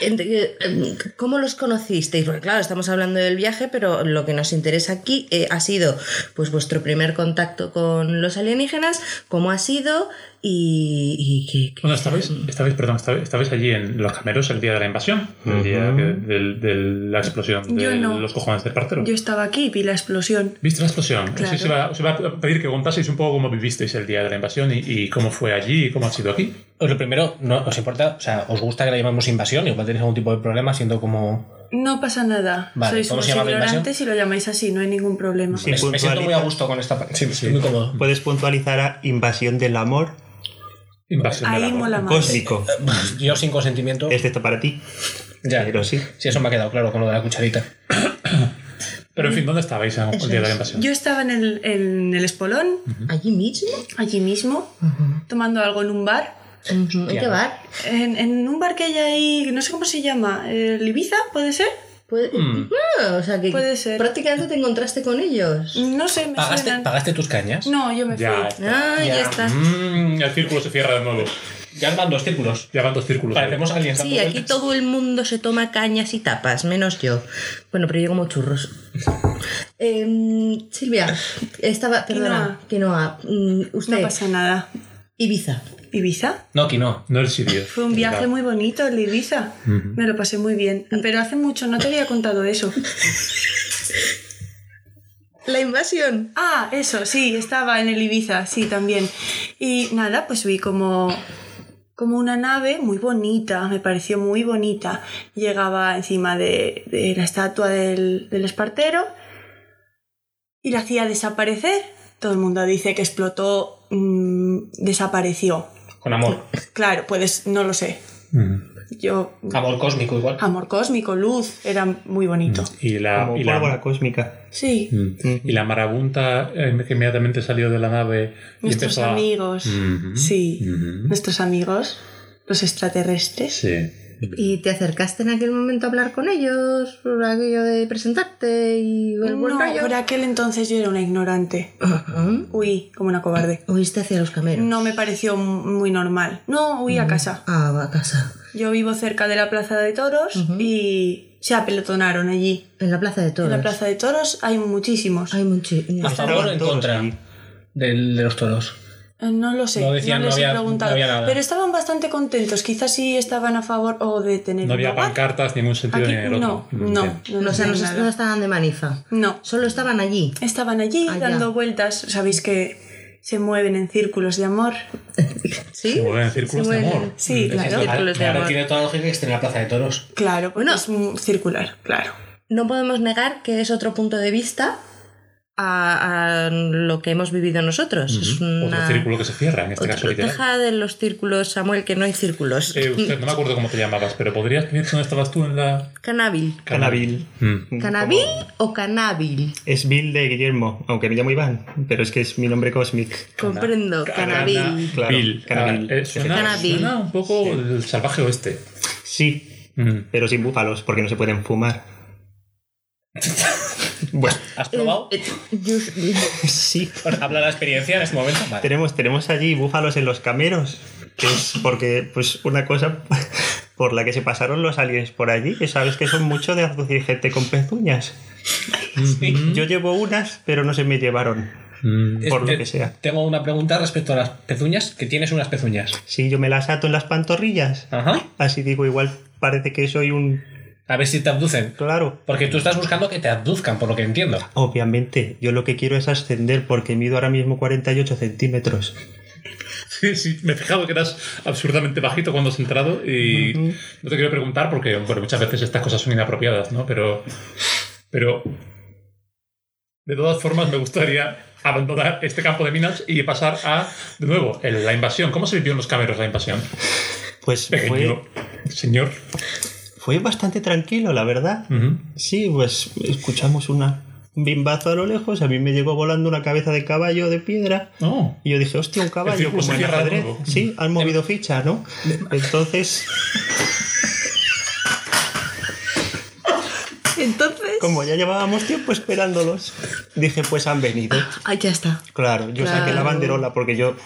Speaker 1: ent- eh, mm, ¿Cómo los conocisteis? Porque claro, estamos hablando del viaje, pero lo que nos interesa aquí eh, ha sido pues vuestro primer contacto con los alienígenas, cómo ha sido y, y qué- qué-
Speaker 2: Bueno, estabais, estabais, perdón, estabais, estabais allí en los cameros el día de la invasión, el día
Speaker 8: Ujú.
Speaker 2: que- del- de la explosión de
Speaker 9: Yo no.
Speaker 2: los cojones del partero.
Speaker 9: Yo estaba aquí y vi la explosión.
Speaker 2: ¿Viste la explosión?
Speaker 9: Claro.
Speaker 2: Eso se va, se va a pedir que contaseis un poco cómo vivisteis el día de la invasión y, y cómo fue allí y cómo ha sido aquí.
Speaker 3: Os lo primero, no os importa, o sea, os gusta que la llamamos invasión, igual tenéis algún tipo de problema siendo como...
Speaker 9: No pasa nada.
Speaker 3: Vale,
Speaker 9: Sois
Speaker 3: ¿cómo
Speaker 9: unos
Speaker 3: se llama la invasión?
Speaker 9: ignorantes y lo llamáis así, no hay ningún problema.
Speaker 8: Sí.
Speaker 3: Me, me siento muy a
Speaker 8: puntualiza.
Speaker 3: gusto con esta parte. Sí, sí, muy cómodo.
Speaker 8: <laughs> Puedes puntualizar a invasión del amor
Speaker 2: Invasión del
Speaker 9: Ahí
Speaker 2: amor.
Speaker 9: mola más.
Speaker 8: cósmico.
Speaker 3: Yo sin consentimiento...
Speaker 8: Excepto para ti.
Speaker 3: ya,
Speaker 8: Pero sí.
Speaker 3: sí, eso me ha quedado claro con lo de la cucharita.
Speaker 2: Pero en fin, ¿dónde estabais en- el
Speaker 1: Eso
Speaker 2: día de la
Speaker 1: es.
Speaker 2: invasión?
Speaker 9: Yo estaba en el, en el espolón,
Speaker 1: allí mismo.
Speaker 9: allí mismo, tomando algo en un bar.
Speaker 1: Ujú, ¿En
Speaker 3: Ya.
Speaker 1: qué bar?
Speaker 9: En, en un bar que hay ahí, no sé cómo se llama, ¿el eh, Ibiza puede ser?
Speaker 1: Puede-
Speaker 2: Mm.
Speaker 1: Ah, o sea que
Speaker 9: Puede ser.
Speaker 1: prácticamente te encontraste con ellos.
Speaker 9: No sé, me
Speaker 3: ¿Pagaste,
Speaker 9: suenan.
Speaker 3: ¿Pagaste tus cañas?
Speaker 9: No, yo me
Speaker 2: Ya.
Speaker 9: fui.
Speaker 1: Ah, ya,
Speaker 3: Ya.
Speaker 1: está.
Speaker 2: Mm, el círculo se cierra de nuevo.
Speaker 3: Ya van dos círculos.
Speaker 2: Ya van dos círculos.
Speaker 3: Parecemos aliens.
Speaker 1: Sí,
Speaker 3: dando
Speaker 1: aquí
Speaker 3: vueltas.
Speaker 1: todo el mundo se toma cañas y tapas, menos yo. Bueno, pero yo como churros.
Speaker 9: <laughs>
Speaker 1: Em, Silvia, estaba, perdona, quinoa. mm, usted,
Speaker 9: No pasa nada.
Speaker 1: Ibiza.
Speaker 9: ¿Ibiza?
Speaker 3: No, aquí no.
Speaker 2: No eres idiota.
Speaker 9: Fue un viaje muy bonito el de Ibiza. Me lo pasé muy bien. Pero hace mucho no te había contado eso.
Speaker 1: La invasión.
Speaker 9: Ah, eso, sí, estaba en el Ibiza, sí, también. Y nada, pues vi como, como una nave muy bonita, me pareció muy bonita. Llegaba encima de, de la estatua del, del espartero y la hacía desaparecer. Todo el mundo dice que explotó, mm, desapareció.
Speaker 3: Con amor.
Speaker 9: Claro, pues no lo sé.
Speaker 2: Mm.
Speaker 9: Yo,
Speaker 3: Amor cósmico igual.
Speaker 9: amor cósmico, luz, era muy bonito.
Speaker 2: Y la,
Speaker 8: Como
Speaker 2: y, la,
Speaker 8: pólvora cósmica.
Speaker 9: Sí,
Speaker 2: Mm. Y la marabunta eh, que inmediatamente salió de la nave y
Speaker 9: nuestros
Speaker 2: empezó a... Mm-hmm.
Speaker 9: amigos.
Speaker 2: este Ujú. Mm.
Speaker 9: Sí,
Speaker 2: Ujú.
Speaker 9: nuestros amigos, los extraterrestres.
Speaker 2: Sí.
Speaker 1: ¿Y te acercaste en aquel momento a hablar con ellos? Por aquello de presentarte y el buen
Speaker 9: No,
Speaker 1: rollo.
Speaker 9: por aquel entonces yo era una ignorante.
Speaker 1: Ajá.
Speaker 9: Huí como una cobarde.
Speaker 1: <laughs> ¿Huiste hacia los cameros?
Speaker 9: No me pareció m- muy normal. No, huí a casa.
Speaker 1: Ah, va a casa.
Speaker 9: Yo vivo cerca de la Plaza de Toros
Speaker 1: Ujú.
Speaker 9: y se apelotonaron allí.
Speaker 1: En la plaza de toros.
Speaker 9: En la Plaza Ah, de Toros hay muchísimos.
Speaker 1: Hay mucho.
Speaker 3: A favor o en
Speaker 8: Todos
Speaker 3: contra
Speaker 8: allí.
Speaker 3: del, de los toros.
Speaker 9: Eh, No lo sé,
Speaker 3: No
Speaker 9: no,
Speaker 3: decían,
Speaker 9: les
Speaker 3: no
Speaker 9: he
Speaker 3: había-
Speaker 9: preguntado.
Speaker 3: no había nada.
Speaker 9: Pero estaban bastante contentos. Quizás sí estaban a favor o de tener
Speaker 2: No
Speaker 9: un
Speaker 2: había
Speaker 9: hogar.
Speaker 2: pancartas ni ningún sentido
Speaker 9: Aquí,
Speaker 2: en el
Speaker 9: no,
Speaker 2: otro. Mm-hmm.
Speaker 9: no,
Speaker 2: Sí.
Speaker 9: no,
Speaker 1: No, o sea, no,
Speaker 9: decían
Speaker 1: no
Speaker 9: nada.
Speaker 1: estaban de manifa.
Speaker 9: no.
Speaker 1: Solo estaban allí.
Speaker 9: Estaban allí
Speaker 1: Ah, ya.
Speaker 9: dando vueltas. Sabéis que se mueven en círculos de amor.
Speaker 1: ¿Sí?
Speaker 2: Se mueven en círculos
Speaker 1: Se
Speaker 2: de
Speaker 1: mueven.
Speaker 2: amor.
Speaker 9: Sí,
Speaker 2: Mm,
Speaker 9: claro.
Speaker 1: Círculos de
Speaker 3: Ahora
Speaker 1: amor.
Speaker 3: tiene toda la lógica que esté en la plaza de toros.
Speaker 9: Claro, porque
Speaker 1: Bueno.
Speaker 9: es mm, circular, claro.
Speaker 1: No podemos negar que es otro punto de vista a, a lo que hemos vivido nosotros. Es una
Speaker 2: Otro círculo que se cierra, en este
Speaker 1: otra-
Speaker 2: caso literal.
Speaker 1: deja de los círculos, Samuel, que no hay círculos.
Speaker 2: Eh, usted, no me acuerdo cómo te llamabas, pero ¿podrías decir dónde estabas tú en la...?
Speaker 1: Canabil.
Speaker 8: Canabil.
Speaker 2: Mm.
Speaker 1: ¿Canabil o canabil?
Speaker 8: Es Bill de Guillermo, aunque me llamo Iván, pero es que es mi nombre cósmic.
Speaker 1: Comprendo, canabil.
Speaker 8: Claro,
Speaker 2: Bill.
Speaker 8: Canabil.
Speaker 2: Ah, eh, suena,
Speaker 1: Canabil.
Speaker 2: suena un poco el salvaje oeste.
Speaker 8: Sí,
Speaker 2: Mm.
Speaker 8: pero sin búfalos, porque no se pueden fumar. bueno,
Speaker 3: ¿Has probado?
Speaker 1: Eh, yo-
Speaker 8: sí.
Speaker 3: Habla la experiencia en este momento. Vale.
Speaker 8: Tenemos, tenemos allí búfalos en los cameros, que es porque, pues, una cosa por la que se pasaron los aliens por allí, que sabes que son mucho de aducir gente con pezuñas. Yo llevo unas, pero no se me llevaron,
Speaker 2: Mm.
Speaker 8: por lo
Speaker 3: Este,
Speaker 8: que sea.
Speaker 3: Tengo una pregunta respecto a las pezuñas, que tienes unas pezuñas.
Speaker 8: Sí, yo me las ato en las pantorrillas.
Speaker 3: Ajá.
Speaker 8: Así digo, igual parece que soy un...
Speaker 3: A ver si te abducen.
Speaker 8: Claro,
Speaker 3: Porque tú estás buscando que te abduzcan, por lo que entiendo.
Speaker 8: Obviamente, yo lo que quiero es ascender porque mido ahora mismo 48 centímetros.
Speaker 2: Sí, sí, me he fijado que eras absurdamente bajito cuando has entrado y no te quiero preguntar porque, bueno, muchas veces estas cosas son inapropiadas, ¿no? Pero, pero, de todas formas me gustaría abandonar este campo de minas y pasar a, de nuevo, el- la invasión. ¿Cómo se vivió en los cameros la invasión? <laughs>
Speaker 8: Pues
Speaker 2: Pequeño
Speaker 8: fue,
Speaker 2: señor.
Speaker 8: fue bastante tranquilo, la verdad.
Speaker 2: Ujú.
Speaker 8: Sí, pues escuchamos una, un bimbazo a lo lejos. A mí me llegó volando una cabeza de caballo de piedra.
Speaker 2: No.
Speaker 8: Y yo dije, hostia, un
Speaker 2: El
Speaker 8: caballo
Speaker 2: círculo
Speaker 8: como
Speaker 2: se
Speaker 8: en
Speaker 2: cierra de
Speaker 8: ajedrez.
Speaker 2: nuevo.
Speaker 8: Sí, han movido ficha, ¿no? Entonces,
Speaker 1: Entonces.
Speaker 8: como ya llevábamos tiempo esperándolos, dije, pues han venido.
Speaker 1: Ah, ya está.
Speaker 8: Claro, yo saqué la
Speaker 1: Claro.
Speaker 8: banderola porque yo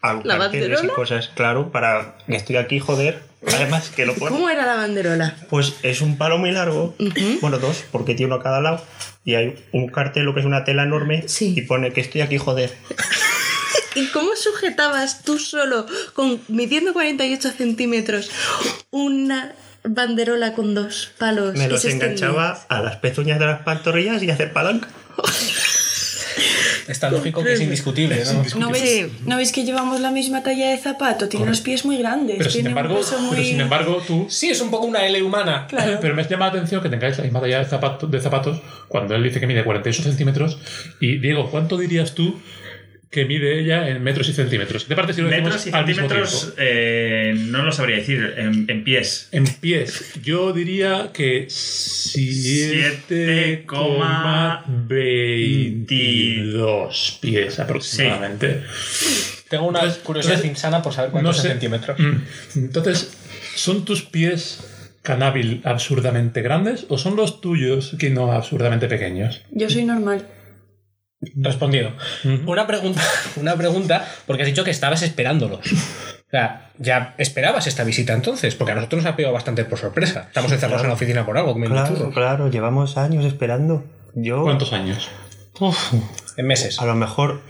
Speaker 8: hago
Speaker 1: ¿La
Speaker 8: carteles
Speaker 1: banderola?
Speaker 8: y cosas, claro, para que estoy aquí, joder. Además, que lo pone.
Speaker 1: ¿Cómo era la banderola?
Speaker 8: Pues es un palo muy largo, bueno, dos, porque tiene uno a cada lado, y hay un cartel, lo que es una tela enorme,
Speaker 1: Sí.
Speaker 8: y pone que estoy aquí, joder.
Speaker 1: ¿Y cómo sujetabas tú solo, con, midiendo 48 centímetros, una banderola con dos palos?
Speaker 8: Me
Speaker 1: que
Speaker 8: los
Speaker 1: se extendían?
Speaker 8: enganchaba a las pezuñas de las pantorrillas y hacer palanca.
Speaker 3: Está lógico que es indiscutible, ¿no?
Speaker 9: ¿No veis, ¿No veis que llevamos la misma talla de zapato? Tiene los pies muy grandes.
Speaker 2: Pero sin,
Speaker 9: tiene un
Speaker 2: embargo,
Speaker 9: peso muy...
Speaker 2: pero sin embargo, tú
Speaker 3: Sí, es un poco una L humana.
Speaker 2: Pero me ha llamado la atención que tengáis la misma talla de, zapato- de zapatos cuando él dice que mide 48 centímetros. Y Diego, ¿cuánto dirías tú que mide ella en metros y centímetros? ¿Te parece si lo decimos
Speaker 4: Metros y
Speaker 2: al mismo tiempo?
Speaker 4: centímetros eh, no lo sabría decir en, en pies.
Speaker 2: En pies, yo diría que 7,22 pies aproximadamente.
Speaker 3: Tengo una
Speaker 2: Entonces-
Speaker 3: curiosidad
Speaker 2: entonces-
Speaker 3: insana por saber cuántos
Speaker 2: sé.
Speaker 3: centímetros.
Speaker 2: Mm. Entonces, ¿son Mm. tus pies canábil absurdamente grandes o son los tuyos que no absurdamente pequeños?
Speaker 9: Yo soy normal.
Speaker 3: Respondido. Una pregunta, <laughs> una pregunta, porque has dicho que estabas esperándolos. O sea, ya esperabas esta visita entonces, porque a nosotros nos ha pillado bastante por sorpresa. Estamos encerrados en la oficina por algo, comiendo
Speaker 8: Claro,
Speaker 3: churros.
Speaker 8: claro, llevamos años esperando. Yo,
Speaker 2: ¿Cuántos años?
Speaker 8: uf,
Speaker 3: En meses.
Speaker 8: a lo mejor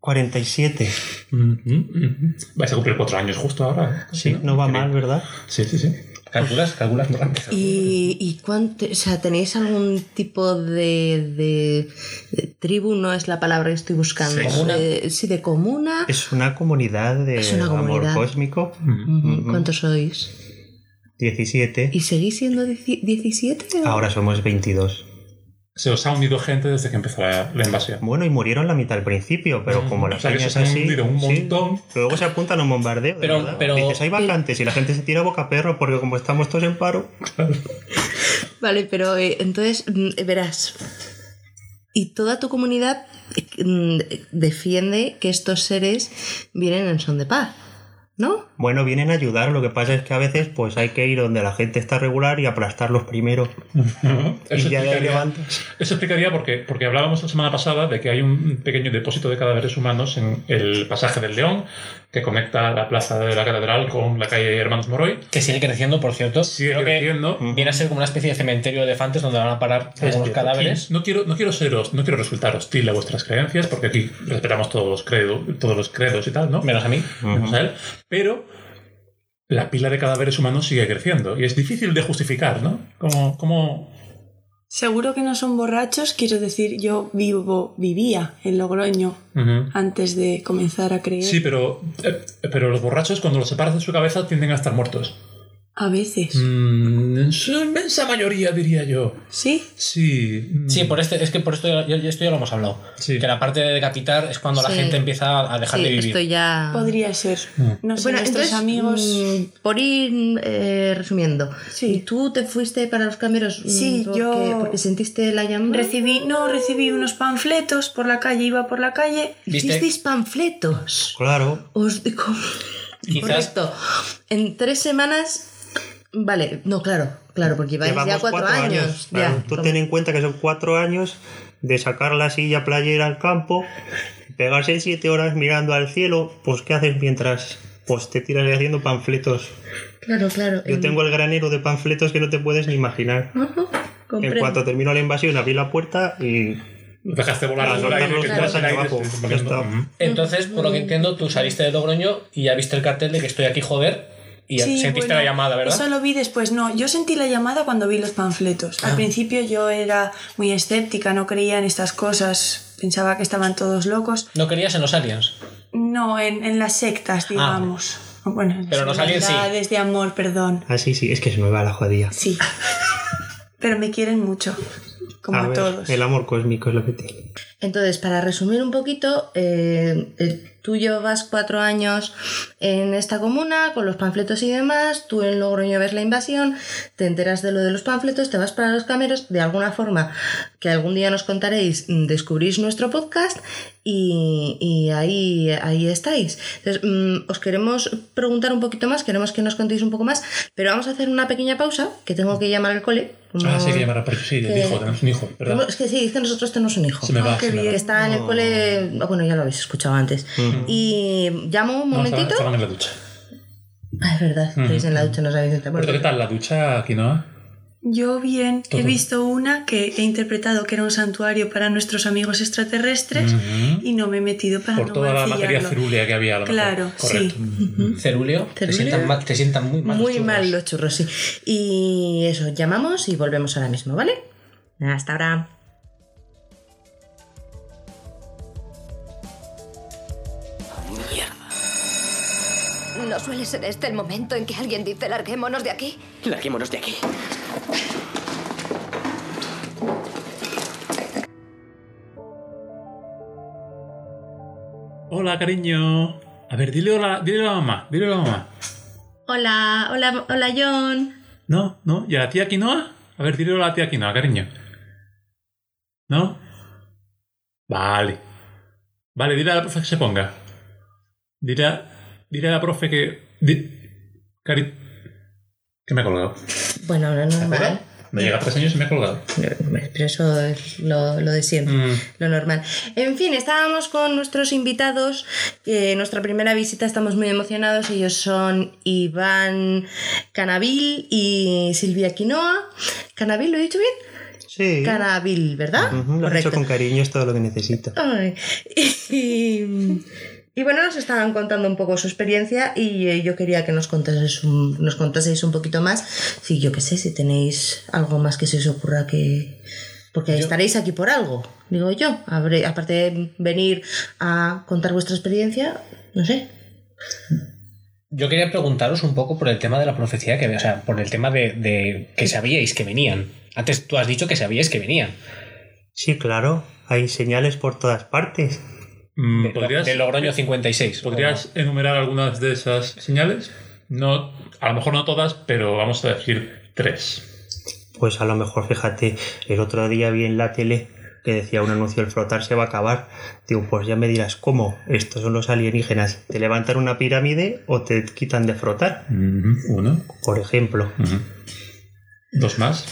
Speaker 8: 47.
Speaker 2: Ujú, ujú. Vais a cumplir cuatro años justo ahora. ¿eh?
Speaker 8: Sí, no, va mal, ¿verdad?
Speaker 2: Sí, sí, sí.
Speaker 3: Calculas, calculas muy rápido.
Speaker 1: ¿Y, y cuánto, o sea, tenéis algún tipo de, de- de tribu? No es la palabra que estoy buscando.
Speaker 4: Sí.
Speaker 3: Comuna.
Speaker 1: Eh, sí, de comuna.
Speaker 8: Es una comunidad de
Speaker 1: Es una comunidad.
Speaker 8: amor cósmico.
Speaker 1: Ujú,
Speaker 8: ujú.
Speaker 1: ¿Cuántos sois?
Speaker 8: 17.
Speaker 1: ¿Y seguís siendo dieci- 17?
Speaker 8: Ahora somos 22.
Speaker 2: Se os ha unido gente desde que empezó la, la invasión.
Speaker 8: Bueno, y murieron la mitad al principio, pero como la
Speaker 2: Mm, O sea, que
Speaker 8: peña
Speaker 2: se
Speaker 8: es
Speaker 2: han
Speaker 8: así,
Speaker 2: hundido un
Speaker 8: sí,
Speaker 2: montón.
Speaker 8: luego se apuntan a un bombardeo. de
Speaker 3: Pero-
Speaker 8: verdad.
Speaker 3: pero-
Speaker 8: Dices, hay vacantes y la gente se tira boca perro porque como estamos todos en paro,
Speaker 1: Vale, pero eh, entonces mm, verás. Y toda tu comunidad eh, mm, defiende que estos seres vienen en son de paz, ¿no?
Speaker 8: bueno, vienen a ayudar. Lo que pasa es que a veces pues hay que ir donde la gente está regular y aplastarlos primero.
Speaker 2: Eso
Speaker 8: <laughs> y ya de ahí
Speaker 2: explicaría-
Speaker 8: levantas.
Speaker 2: Eso explicaría porque, porque hablábamos la semana pasada de que hay un pequeño depósito de cadáveres humanos en el pasaje del León, que conecta la plaza de la catedral con la calle Hermanos Moroy.
Speaker 3: Que sigue creciendo, por cierto.
Speaker 2: Sigue
Speaker 3: Creo que
Speaker 2: creciendo.
Speaker 3: Viene a ser como una especie de cementerio de elefantes donde van a parar algunos
Speaker 2: Este,
Speaker 3: cadáveres.
Speaker 2: aquí No quiero, no quiero seros, no quiero resultar hostil a vuestras creencias, porque aquí respetamos todos los credos, todos los credos y tal, ¿no?
Speaker 3: Menos a mí.
Speaker 2: Menos a él. Pero la pila de cadáveres humanos sigue creciendo y es difícil de justificar, ¿no? Como, como
Speaker 9: Seguro que no son borrachos, quiero decir, yo vivo, vivía en Logroño
Speaker 2: Ujú.
Speaker 9: antes de comenzar a creer.
Speaker 2: Sí, pero, eh, pero los borrachos cuando los separas de su cabeza tienden a estar muertos.
Speaker 9: A veces.
Speaker 2: Mm, en su inmensa mayoría, diría yo.
Speaker 9: Sí,
Speaker 2: Sí. mm,
Speaker 3: Sí, por este, es que por esto ya, ya- esto ya lo hemos hablado.
Speaker 2: Sí.
Speaker 3: Que la parte de decapitar es cuando la
Speaker 1: Sí.
Speaker 3: gente empieza a dejar
Speaker 1: sí,
Speaker 3: de vivir.
Speaker 1: esto ya.
Speaker 9: podría ser.
Speaker 2: Mm.
Speaker 9: No sé, nuestros amigos.
Speaker 1: mm, por ir eh, resumiendo,
Speaker 9: Sí.
Speaker 1: ¿tú te fuiste para los cambios? mm,
Speaker 9: Sí,
Speaker 1: porque,
Speaker 9: yo-
Speaker 1: Porque sentiste la llamada.
Speaker 9: Recibí, no, recibí unos panfletos por la calle, iba por la calle.
Speaker 3: ¿Viste?
Speaker 1: ¿Hicisteis panfletos?
Speaker 8: Claro,
Speaker 1: Os digo.
Speaker 3: Quizás-
Speaker 1: Correcto. En tres semanas. Vale, no, claro, claro, porque lleváis ya
Speaker 8: llevamos
Speaker 1: cuatro, años.
Speaker 8: claro.
Speaker 1: ya.
Speaker 8: Tú ten en cuenta que son cuatro años de sacar la silla playera al campo, pegarse siete horas mirando al cielo, pues ¿qué haces mientras? Pues te tiras ahí haciendo panfletos.
Speaker 1: Claro, claro.
Speaker 8: Yo
Speaker 1: en-
Speaker 8: tengo el granero de panfletos que no te puedes ni imaginar. En
Speaker 1: comprendo.
Speaker 8: cuanto terminó la invasión, abrí la puerta y
Speaker 2: Los dejaste volar
Speaker 8: Claro,
Speaker 2: por el aire,
Speaker 8: los
Speaker 2: que
Speaker 8: dejaste
Speaker 2: estás en el
Speaker 8: volar
Speaker 2: aire,
Speaker 8: abajo.
Speaker 2: se están
Speaker 8: Ya
Speaker 2: moviendo.
Speaker 8: está.
Speaker 2: Ujú.
Speaker 3: Entonces, por lo
Speaker 9: Mm.
Speaker 3: que entiendo, tú saliste de Logroño y ya viste el cartel de que estoy aquí, joder, y
Speaker 9: Sí,
Speaker 3: sentiste
Speaker 9: bueno,
Speaker 3: la llamada, ¿verdad?
Speaker 9: Eso lo vi después, no, yo sentí la llamada cuando vi los panfletos. Al principio yo era muy escéptica, no creía en estas cosas, pensaba que estaban todos locos.
Speaker 3: No querías en los aliens.
Speaker 9: No, en, en las sectas, digamos. Bueno, en
Speaker 3: Pero
Speaker 9: las
Speaker 3: los aliens sí.
Speaker 9: hermandades de amor, perdón.
Speaker 8: así Ah, sí, es que es nueva la jodía.
Speaker 9: Sí. Pero me quieren mucho, como
Speaker 8: a
Speaker 9: a,
Speaker 8: ver,
Speaker 9: todos.
Speaker 8: el amor cósmico es lo que tiene.
Speaker 1: Entonces, para resumir un poquito, eh, eh, tú llevas cuatro años en esta comuna con los panfletos y demás, tú en Logroño ves la invasión, te enteras de lo de los panfletos, te vas para los cameros, de alguna forma, que algún día nos contaréis, mm, descubrís nuestro podcast y, y ahí, ahí estáis. Entonces, mm, os queremos preguntar un poquito más, queremos que nos contéis un poco más, pero vamos a hacer una pequeña pausa, que tengo que llamar al cole.
Speaker 2: Ah, sí,
Speaker 1: como-
Speaker 2: que llamará por sí, el
Speaker 1: que-
Speaker 2: hijo, tenemos un hijo,
Speaker 1: Tenemos-
Speaker 2: ¿verdad?
Speaker 1: Es que sí, es que nosotros tenemos un hijo
Speaker 2: Se me va,
Speaker 9: Ah, qué
Speaker 2: se me va.
Speaker 9: bien.
Speaker 1: que está en el cole. ah, Bueno, ya lo habéis escuchado antes. Y llamo un
Speaker 2: No, estaba-
Speaker 1: momentito.
Speaker 2: estaban en la ducha.
Speaker 1: Ah, es verdad, estáis en la ducha, no os habéis enterado.
Speaker 2: Roberto, ¿Qué tal la ducha aquí, no?
Speaker 9: Ah, Yo bien,
Speaker 2: Todo.
Speaker 9: he visto una que he interpretado que era un santuario para nuestros amigos extraterrestres
Speaker 2: Ujú.
Speaker 9: y no me he metido para
Speaker 2: Por
Speaker 9: no
Speaker 2: toda la materia
Speaker 9: mancillarlo.
Speaker 2: cerúlea que había a lo mejor.
Speaker 9: Claro,
Speaker 2: Correcto.
Speaker 9: sí.
Speaker 3: Cerulio, te
Speaker 1: Cerulio.
Speaker 3: sientan, mal- Ah, te sientan muy mal. los
Speaker 1: Muy
Speaker 3: churros.
Speaker 1: mal los churros, sí. Y eso, llamamos y volvemos ahora mismo, ¿vale? Hasta ahora.
Speaker 6: ¿No suele ser este el momento en que alguien dice larguémonos de aquí?
Speaker 5: Larguémonos de aquí.
Speaker 2: Hola, cariño. A ver, dile hola, dile a la mamá, dile a la mamá.
Speaker 1: Hola, hola, hola, John.
Speaker 2: No, no. ¿Y a la tía Quinoa? A ver, dile hola a la tía Quinoa, cariño. ¿No? Vale. Vale, dile a la profe que se ponga. Dile a, dile a la profe que... di- cari- que me he colgado.
Speaker 1: Bueno, no es normal.
Speaker 2: Me llega a tres años y me he colgado. Mm,
Speaker 1: Pero eso es lo, lo de siempre, lo normal. En fin, estábamos con nuestros invitados. que en nuestra primera visita estamos muy emocionados. Ellos son Iván Canabil y Silvia Quinoa. ¿Canabil lo he dicho bien?
Speaker 8: Sí.
Speaker 1: Canabil, ¿verdad?
Speaker 8: Ujú, lo has hecho con cariño, es todo lo que necesito.
Speaker 1: Ay, Y, y bueno, nos estaban contando un poco su experiencia y eh, yo quería que nos contaseis un, nos contaseis un poquito más. Si yo qué sé, si tenéis algo más que se os ocurra que... Porque estaréis aquí por algo, digo yo. Habré- aparte de venir a contar vuestra experiencia, no sé.
Speaker 3: Yo quería preguntaros un poco por el tema de la profecía que, o sea, por el tema de, de que sabíais que venían. Antes tú has dicho que sabíais que venían.
Speaker 8: Sí, claro, hay señales por todas partes.
Speaker 2: Mm,
Speaker 3: De,
Speaker 2: ¿Podrías,
Speaker 3: de Logroño 56.
Speaker 2: ¿podrías enumerar algunas de esas señales? No, a lo mejor no todas, pero vamos a decir tres.
Speaker 8: Pues a lo mejor, fíjate, el otro día vi en la tele que decía un anuncio, el flotar se va a acabar. Digo, pues ya me dirás, ¿cómo? Estos son los alienígenas. ¿Te levantan una pirámide o te quitan de frotar?
Speaker 2: Uno.
Speaker 8: Por ejemplo.
Speaker 2: Dos más.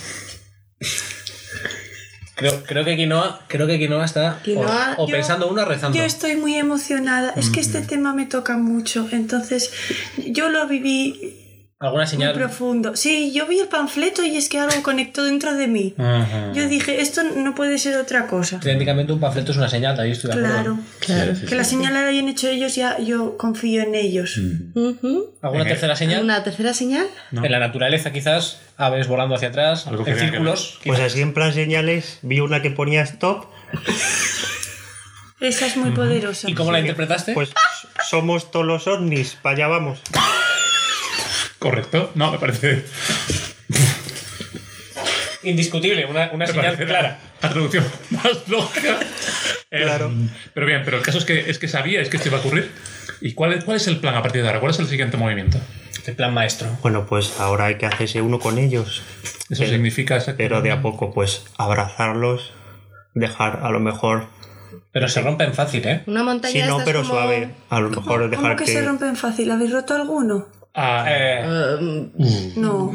Speaker 3: Creo, creo que Quinoa, creo que Quinoa está
Speaker 1: Quinoa,
Speaker 3: o, o
Speaker 9: yo-
Speaker 3: pensando uno o rezando.
Speaker 9: Yo estoy muy emocionada. Es que
Speaker 2: Mm.
Speaker 9: este tema me toca mucho. Entonces, yo lo viví
Speaker 3: Alguna
Speaker 9: muy
Speaker 3: señal.
Speaker 9: profundo. Sí, yo vi el panfleto y es que algo conectó dentro de mí.
Speaker 2: Mm.
Speaker 9: Yo dije, esto no puede ser otra cosa.
Speaker 3: Técnicamente un panfleto es una señal, ahí estoy de acuerdo.
Speaker 9: Claro.
Speaker 1: Claro.
Speaker 9: Que la señal la hayan hecho ellos, ya yo confío en ellos.
Speaker 2: Mm.
Speaker 1: Ujú.
Speaker 3: ¿Alguna
Speaker 2: Venga.
Speaker 3: tercera señal?
Speaker 1: ¿Una tercera señal?
Speaker 2: No.
Speaker 3: En la naturaleza quizás, aves volando hacia atrás,
Speaker 2: Algo que
Speaker 3: en
Speaker 2: tenga que
Speaker 3: círculos.
Speaker 8: Pues así en plan señales, vi una que ponía stop,
Speaker 9: Esa es muy poderosa.
Speaker 3: ¿Y cómo la interpretaste?
Speaker 8: pues somos todos los ovnis, para allá vamos.
Speaker 2: Correcto. No, me parece.
Speaker 3: Indiscutible, una,
Speaker 2: <laughs>
Speaker 3: una
Speaker 2: me
Speaker 3: señal
Speaker 2: parece
Speaker 3: clara.
Speaker 2: La, la traducción <laughs> más lógica. Em,
Speaker 8: Claro.
Speaker 2: Pero bien, pero el caso es que, es que sabíais que esto iba a ocurrir. ¿Y cuál, es- cuál es el plan a partir de ahora? ¿Cuál es el siguiente movimiento?
Speaker 3: El Este plan maestro.
Speaker 8: Bueno, pues ahora hay que hacerse uno con ellos.
Speaker 2: Eso
Speaker 8: Pero-
Speaker 2: significa exactamente-
Speaker 8: Eh, Pero de a poco, pues abrazarlos, dejar a lo mejor.
Speaker 3: Pero se rompen fácil, ¿eh?
Speaker 1: Una montaña
Speaker 8: Sí, no,
Speaker 1: estas
Speaker 8: pero
Speaker 1: como-
Speaker 8: suave. A lo
Speaker 9: ¿Cómo,
Speaker 8: mejor
Speaker 9: cómo
Speaker 8: dejar
Speaker 9: que,
Speaker 8: que.
Speaker 9: se rompen fácil? ¿Habéis roto alguno?
Speaker 2: Ah, uh,
Speaker 3: Eh,
Speaker 1: Eh,
Speaker 9: No.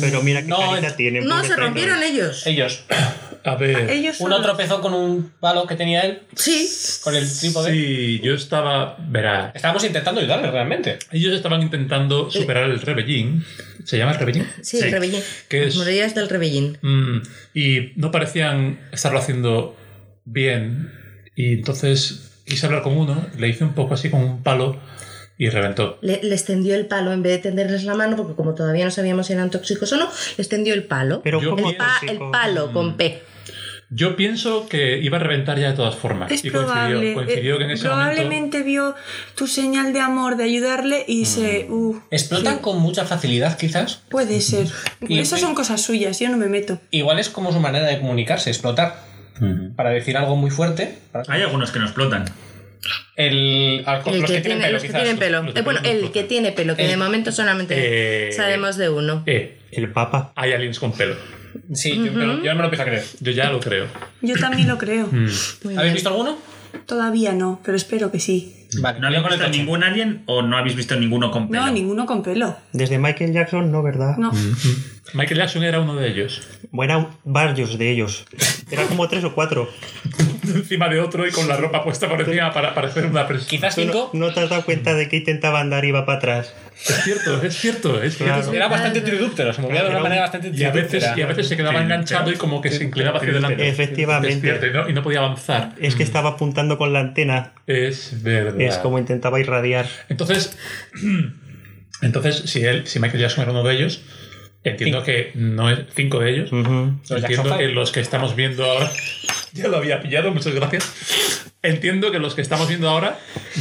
Speaker 8: Pero mira qué
Speaker 3: No,
Speaker 8: carita
Speaker 3: es-
Speaker 8: tienen.
Speaker 1: no, se
Speaker 8: pobrecitos.
Speaker 1: rompieron ellos.
Speaker 3: ellos.
Speaker 2: a ver.
Speaker 9: Ellos son...
Speaker 3: Uno tropezó con un palo que tenía él,
Speaker 1: Sí.
Speaker 3: con el trípode.
Speaker 2: Sí, yo estaba. Verá.
Speaker 3: Estábamos intentando ayudarle realmente.
Speaker 2: Ellos estaban intentando superar el rebellín. ¿Se llama el rebellín?
Speaker 1: Sí, el rebellín.
Speaker 2: ¿Qué
Speaker 1: Las
Speaker 2: es?
Speaker 1: murallas del rebellín.
Speaker 2: Mm, y no parecían estarlo haciendo bien. Y entonces quise hablar con uno, le hice un poco así con un palo y reventó.
Speaker 1: Le- les tendió el palo en vez de tenderles la mano, porque como todavía no sabíamos si eran tóxicos o no, les tendió el palo.
Speaker 8: Pero
Speaker 2: Yo-
Speaker 8: como
Speaker 1: el, pa- el palo con P.
Speaker 2: Yo pienso que iba a reventar ya de todas formas.
Speaker 9: Es
Speaker 2: y
Speaker 9: probable.
Speaker 2: coincidió, coincidió
Speaker 9: eh,
Speaker 2: que en ese momento.
Speaker 9: probablemente vio tu señal de amor, de ayudarle y se...
Speaker 2: Mm.
Speaker 9: uh,
Speaker 3: Explotan con mucha facilidad, quizás.
Speaker 9: puede ser.
Speaker 3: Y-
Speaker 9: Esas son cosas suyas, yo no me meto.
Speaker 3: Igual es como su manera de comunicarse, explotar. Para decir algo muy fuerte. para-
Speaker 4: Hay algunos que no explotan.
Speaker 3: El, al-
Speaker 1: El
Speaker 3: los que, tienen pelo,
Speaker 1: los que
Speaker 3: quizás.
Speaker 1: tienen pelo.
Speaker 2: los que
Speaker 1: Eh, bueno,
Speaker 2: tienen
Speaker 1: el
Speaker 2: pelo.
Speaker 1: que tiene pelo, que
Speaker 3: Eh,
Speaker 1: de momento solamente
Speaker 2: eh,
Speaker 1: sabemos de uno.
Speaker 2: Eh,
Speaker 8: El Papa.
Speaker 2: hay aliens con pelo.
Speaker 3: Sí, yo, me
Speaker 9: ¿Mm?
Speaker 3: lo- yo me lo empiezo a creer.
Speaker 2: Yo ya lo creo.
Speaker 9: Yo también lo creo.
Speaker 2: Mm.
Speaker 1: Muy
Speaker 3: ¿Habéis
Speaker 1: bien.
Speaker 3: visto alguno?
Speaker 9: Todavía no, pero espero que sí.
Speaker 3: Vale,
Speaker 4: ¿No habéis
Speaker 3: voy con el
Speaker 4: visto
Speaker 3: coche.
Speaker 4: ningún alien o no habéis visto ninguno con pelo?
Speaker 9: No, ninguno con pelo.
Speaker 8: Desde Michael Jackson, no, ¿verdad?
Speaker 9: No.
Speaker 2: Mm. Michael Jackson era uno de ellos.
Speaker 8: Bueno, varios de ellos. Era como tres o cuatro.
Speaker 2: Encima de otro y con la ropa puesta por encima para parecer una persona.
Speaker 3: Quizás cinco.
Speaker 8: ¿No te has dado cuenta de que intentaba andar y iba para atrás?
Speaker 2: Es cierto, es cierto, es cierto.
Speaker 8: Claro.
Speaker 3: Era bastante tridúptero, se movía de una
Speaker 8: Era un-
Speaker 3: manera bastante
Speaker 2: Y a veces,
Speaker 3: tridúptera.
Speaker 2: y a veces se quedaba
Speaker 4: Sí,
Speaker 2: enganchado
Speaker 4: pero-
Speaker 2: y como que se inclinaba hacia adelante.
Speaker 8: Efectivamente.
Speaker 2: Es cierto, y no, y no podía avanzar.
Speaker 8: Es que estaba apuntando con la antena.
Speaker 2: Es verdad.
Speaker 8: Es como intentaba irradiar.
Speaker 2: Entonces, <clears throat> entonces si, él, si Michael Jackson era uno de ellos, entiendo que no es cinco de
Speaker 4: Mm.
Speaker 2: ellos.
Speaker 8: Ujú.
Speaker 3: Los
Speaker 2: Entiendo
Speaker 3: Jackson
Speaker 2: que
Speaker 3: Five.
Speaker 2: los que estamos viendo ahora. <laughs> Ya lo había pillado, muchas gracias. Entiendo que los que estamos viendo ahora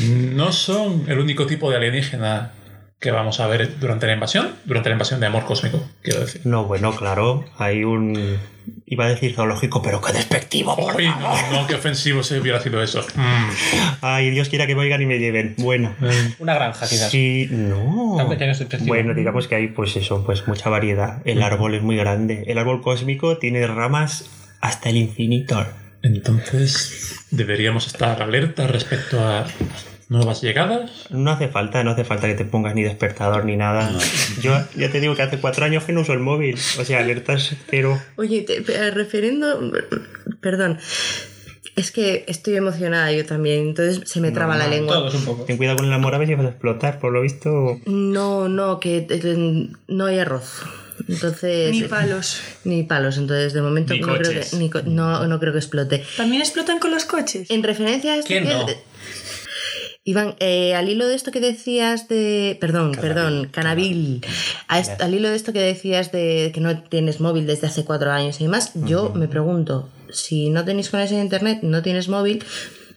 Speaker 2: no son el único tipo de alienígena que vamos a ver durante la invasión, durante la invasión de amor cósmico, quiero decir.
Speaker 8: No, bueno, claro. Hay un. Iba a decir zoológico, pero qué despectivo, por
Speaker 2: Uy,
Speaker 8: favor.
Speaker 2: no, no, qué ofensivo se hubiera sido eso. Mm.
Speaker 8: Ay, Dios quiera que me oigan y me lleven. Bueno.
Speaker 3: Una granja, quizás.
Speaker 8: Sí, no.
Speaker 3: Tampoco tiene ese precio.
Speaker 8: Bueno, digamos que hay, pues eso, pues mucha variedad. El árbol es muy grande. El árbol cósmico tiene ramas hasta el infinito.
Speaker 2: Entonces, deberíamos estar alerta respecto a nuevas llegadas.
Speaker 8: No hace falta, no hace falta que te pongas ni despertador ni nada. Yo ya te digo que hace cuatro años que no uso el móvil. O sea, alertas cero.
Speaker 1: Oye, te- pe- eh, refiriendo. Perdón. Es que estoy emocionada yo también, entonces se me traba la lengua.
Speaker 3: Todos un poco.
Speaker 8: Ten cuidado con el amor, a ver si vas a explotar. Por lo visto,
Speaker 1: No, no, que eh, no hay arroz. Entonces.
Speaker 9: Ni palos.
Speaker 1: Ni palos, entonces de momento
Speaker 4: Ni
Speaker 1: no, creo
Speaker 4: coches.
Speaker 1: que, ni co- no, no creo que explote.
Speaker 9: ¿También explotan con los coches?
Speaker 1: En referencia a esto
Speaker 3: ¿Quién
Speaker 1: que-
Speaker 3: no?
Speaker 1: Iván, eh, al hilo de esto que decías de. Perdón, perdón, canabil. A est- al hilo de esto que decías de que no tienes móvil desde hace cuatro años y demás, yo me pregunto, si no tenéis conexión a internet, no tienes móvil,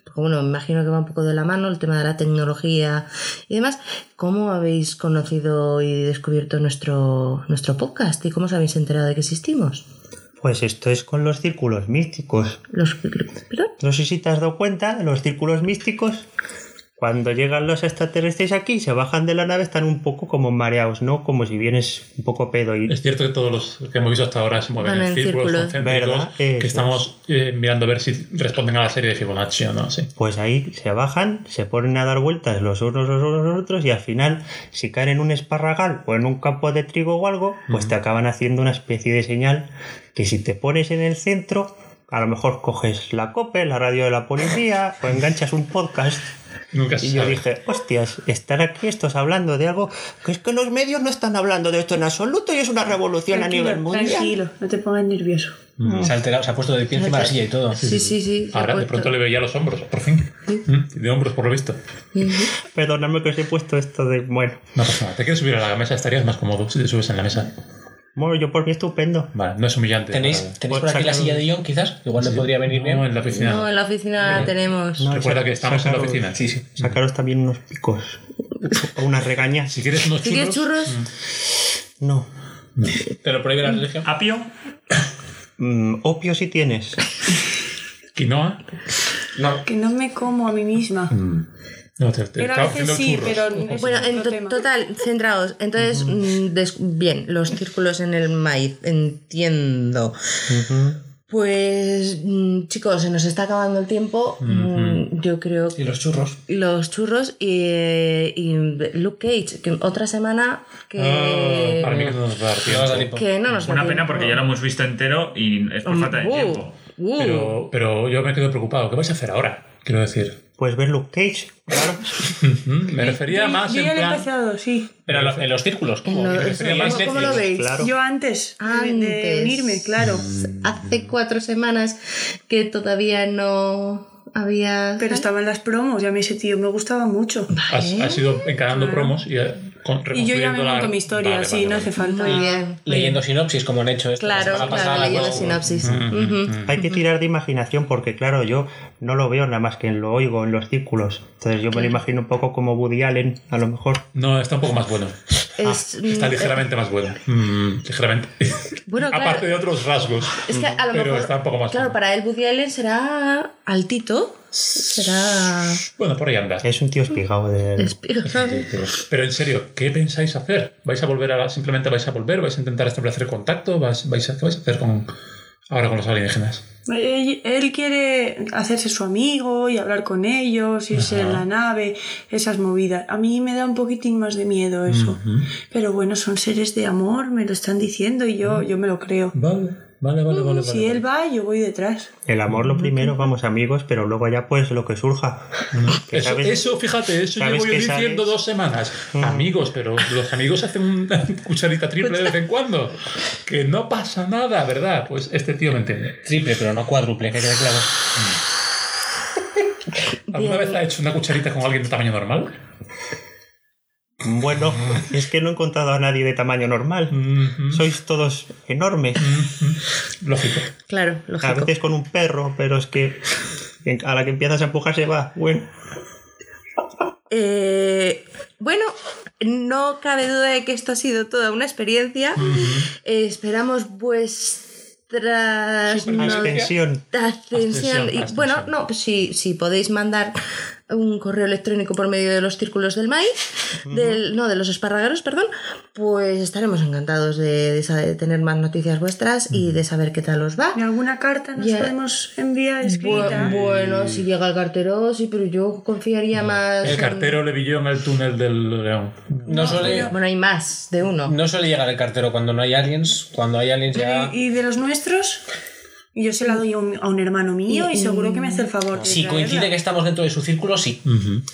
Speaker 1: porque, bueno, me imagino que va un poco de la mano el tema de la tecnología y demás, ¿cómo habéis conocido y descubierto nuestro, nuestro podcast y cómo os habéis enterado de que existimos?
Speaker 8: pues esto es con los círculos místicos.
Speaker 1: Los. ¿Perdón?
Speaker 8: No sé si te has dado cuenta, los círculos místicos, cuando llegan los extraterrestres aquí, se bajan de la nave, están un poco como mareados, ¿no? Como si vienes un poco pedo y...
Speaker 2: Es cierto que todos los que hemos visto hasta ahora se mueven
Speaker 1: Van
Speaker 2: en
Speaker 1: en
Speaker 2: círculos
Speaker 1: círculo.
Speaker 2: concéntricos,
Speaker 8: ¿Verdad?
Speaker 2: que
Speaker 8: Eso.
Speaker 2: estamos eh, mirando a ver si responden a la serie de Fibonacci o no. Sí.
Speaker 8: Pues ahí se bajan, se ponen a dar vueltas los unos los unos los otros y al final, si caen en un esparragal o en un campo de trigo o algo, pues te acaban haciendo una especie de señal que si te pones en el centro, a lo mejor coges la COPE, la radio de la policía o enganchas un podcast.
Speaker 2: Nunca se
Speaker 8: Y yo
Speaker 2: sabe.
Speaker 8: dije, hostias, están aquí estos hablando de algo que es que los medios no están hablando de esto en absoluto y es una revolución a nivel mundial.
Speaker 9: tranquilo, no te pongas nervioso.
Speaker 3: Se ha alterado, se ha puesto de pie encima de la silla y todo.
Speaker 1: Sí, sí, sí. se ha
Speaker 2: Ahora de
Speaker 1: puesto-
Speaker 2: pronto le veía los hombros, por fin. Mm, De hombros, por lo visto.
Speaker 8: Perdonadme que os he puesto esto de, bueno,
Speaker 2: No pasa nada. Te quieres subir a la mesa, estarías más cómodo si te subes en la mesa.
Speaker 8: bueno, yo por mí estupendo.
Speaker 2: Vale, no es humillante.
Speaker 3: ¿Tenéis,
Speaker 2: Vale.
Speaker 3: tenéis
Speaker 8: Pues
Speaker 3: por aquí la
Speaker 8: saca-
Speaker 3: silla de John, quizás? Igual le podría venir bien.
Speaker 2: No, en la oficina.
Speaker 1: No, en la oficina tenemos.
Speaker 8: No,
Speaker 2: Recuerda
Speaker 8: saca-
Speaker 2: que estamos en la
Speaker 8: sacaros-
Speaker 2: oficina.
Speaker 3: Sí, sí.
Speaker 8: Sacaros también unos picos o unas regañas.
Speaker 2: Si quieres unos
Speaker 1: ¿Tú quieres
Speaker 2: churros,
Speaker 1: churros?
Speaker 8: No.
Speaker 3: ¿Te lo prohíbe la religión?
Speaker 4: Apio,
Speaker 8: Mm, opio si tienes.
Speaker 2: quinoa.
Speaker 9: Que no me como a mí misma.
Speaker 2: No, te, te
Speaker 9: Pero a
Speaker 2: estaba
Speaker 9: veces
Speaker 2: Mm. haciendo
Speaker 9: sí,
Speaker 2: churros.
Speaker 9: pero es
Speaker 1: Bueno,
Speaker 9: otro
Speaker 1: en to-
Speaker 9: tema.
Speaker 1: total, centraos. Entonces, mm, des- bien, los círculos en el maíz, entiendo. Pues, mm, chicos, se nos está acabando el tiempo. Mm, Yo creo
Speaker 3: Y
Speaker 1: que
Speaker 3: los churros.
Speaker 1: los churros y, eh, y Luke Cage, que otra semana
Speaker 9: eh,
Speaker 1: que,
Speaker 2: Ah, para mí que no nos va a dar
Speaker 3: No va a dar
Speaker 2: tiempo.
Speaker 3: tiempo.
Speaker 1: que no nos da
Speaker 4: una pena
Speaker 1: tiempo.
Speaker 4: porque ya lo hemos visto entero y es por falta de
Speaker 1: Uh,
Speaker 4: tiempo.
Speaker 1: uh.
Speaker 2: Pero, pero yo me quedo preocupado. ¿Qué vais a hacer ahora? Quiero decir.
Speaker 8: Pues ver Luke Cage, claro.
Speaker 2: Mm, Me refería más
Speaker 9: yo
Speaker 2: en
Speaker 9: ya lo he
Speaker 2: plan-
Speaker 9: empezado, sí.
Speaker 3: Pero en los- en los círculos, ¿cómo?
Speaker 1: En lo-
Speaker 3: Me
Speaker 1: eso,
Speaker 3: refería más
Speaker 1: ¿cómo- ¿Cómo lo
Speaker 3: Netflix.
Speaker 1: veis?
Speaker 8: Claro.
Speaker 9: Yo antes, de-
Speaker 1: Antes.
Speaker 9: de unirme, claro.
Speaker 2: Mm.
Speaker 1: Hace cuatro semanas que todavía no había.
Speaker 9: Pero estaban las promos y a mí ese tío me gustaba mucho.
Speaker 2: Has, has ido encarando
Speaker 9: Claro.
Speaker 2: promos y, eh, con-
Speaker 9: ¿Eh? Ah. Y yo ya
Speaker 2: reconstruyendo
Speaker 9: me
Speaker 2: la-
Speaker 9: monto mi historia,
Speaker 2: Vale,
Speaker 9: sí,
Speaker 2: vale,
Speaker 9: no
Speaker 2: vale.
Speaker 9: hace falta.
Speaker 2: Ah,
Speaker 1: muy bien.
Speaker 3: Leyendo sinopsis, como han hecho esto. la
Speaker 1: Claro,
Speaker 3: semana
Speaker 1: claro,
Speaker 3: pasada,
Speaker 1: leyendo
Speaker 3: ¿no?
Speaker 1: sinopsis.
Speaker 2: Mm,
Speaker 1: Ujú.
Speaker 2: Ah,
Speaker 8: Hay que tirar de imaginación porque, claro, yo no lo veo nada más que lo oigo en los círculos. Entonces yo me lo imagino un poco como Woody Allen, a lo mejor.
Speaker 2: No, está un poco más bueno.
Speaker 1: Es,
Speaker 2: Está
Speaker 9: eh.
Speaker 1: mm,
Speaker 2: ligeramente más bueno. Mm, ligeramente.
Speaker 1: Bueno, claro.
Speaker 2: <laughs> Aparte de otros rasgos.
Speaker 1: Es que a lo
Speaker 2: pero
Speaker 1: mejor.
Speaker 2: está un poco más
Speaker 1: claro,
Speaker 2: bueno.
Speaker 1: para él Woody Allen será altito. Será.
Speaker 2: Bueno, por ahí anda.
Speaker 8: Es un tío espigado de...
Speaker 1: espía, ¿sabes?
Speaker 2: Pero en serio, ¿qué pensáis hacer? ¿Vais a volver a simplemente vais a volver? ¿Vais a intentar establecer contacto? ¿Vais, vais a, ¿Qué vais a hacer con ahora con los alienígenas?
Speaker 9: Él, él quiere hacerse su amigo y hablar con ellos, irse en la nave, esas movidas. A mí me da un poquitín más de miedo eso. Pero bueno, son seres de amor, me lo están diciendo y yo, yo me lo creo.
Speaker 2: Vale, vale, vale, vale.
Speaker 9: Si él va, yo voy detrás.
Speaker 8: El amor lo primero, vamos amigos, pero luego ya pues lo que surja.
Speaker 2: <laughs>
Speaker 8: Que
Speaker 2: Eso,
Speaker 8: sabes-
Speaker 2: eso, fíjate, eso
Speaker 8: sabes Mm.
Speaker 2: llevo yo
Speaker 8: que
Speaker 2: diciendo
Speaker 8: sales-
Speaker 2: dos semanas. Amigos, pero los amigos hacen una <laughs> cucharita triple de vez en cuando. Que no pasa nada, ¿verdad? Pues este tío me entiende.
Speaker 3: Triple, pero no cuádruple, que quede claro.
Speaker 2: ¿Alguna vez ha hecho una cucharita con alguien de tamaño normal?
Speaker 8: Bueno, es que no he encontrado a nadie de tamaño normal.
Speaker 2: Mhm.
Speaker 8: Sois todos enormes.
Speaker 2: Mm. Lógico.
Speaker 1: Claro,
Speaker 8: A
Speaker 1: lógico.
Speaker 8: veces con un perro, pero es que en- a la que empiezas a empujar se va. Bueno,
Speaker 1: Eh, bueno, no cabe duda de que esto ha sido toda una experiencia. Eh, esperamos vuestras
Speaker 8: abstención.
Speaker 1: Ascensión.
Speaker 2: Ascensión,
Speaker 1: Y,
Speaker 2: ascensión.
Speaker 1: bueno, no, pues si, si podéis mandar un correo electrónico por medio de los círculos del maíz, del, no, de los esparragueros, perdón, pues estaremos encantados de, de sa- de tener más noticias vuestras y de saber qué tal os va.
Speaker 9: ¿Y alguna carta nos
Speaker 1: Ya.
Speaker 9: podemos enviar escrita?
Speaker 1: Bu- bueno, si llega el cartero, sí, pero yo confiaría más.
Speaker 2: El
Speaker 1: en-
Speaker 2: cartero le pilló en el túnel del león.
Speaker 3: No suele,
Speaker 1: Bueno, hay más de uno.
Speaker 3: no suele llegar el cartero cuando no hay aliens. Cuando hay aliens ya.
Speaker 9: ¿Y, y de los nuestros? Yo se la doy a un, a un hermano mío y seguro que me hace el favor. de
Speaker 3: Si
Speaker 9: traerla.
Speaker 3: coincide que estamos dentro de su círculo, sí.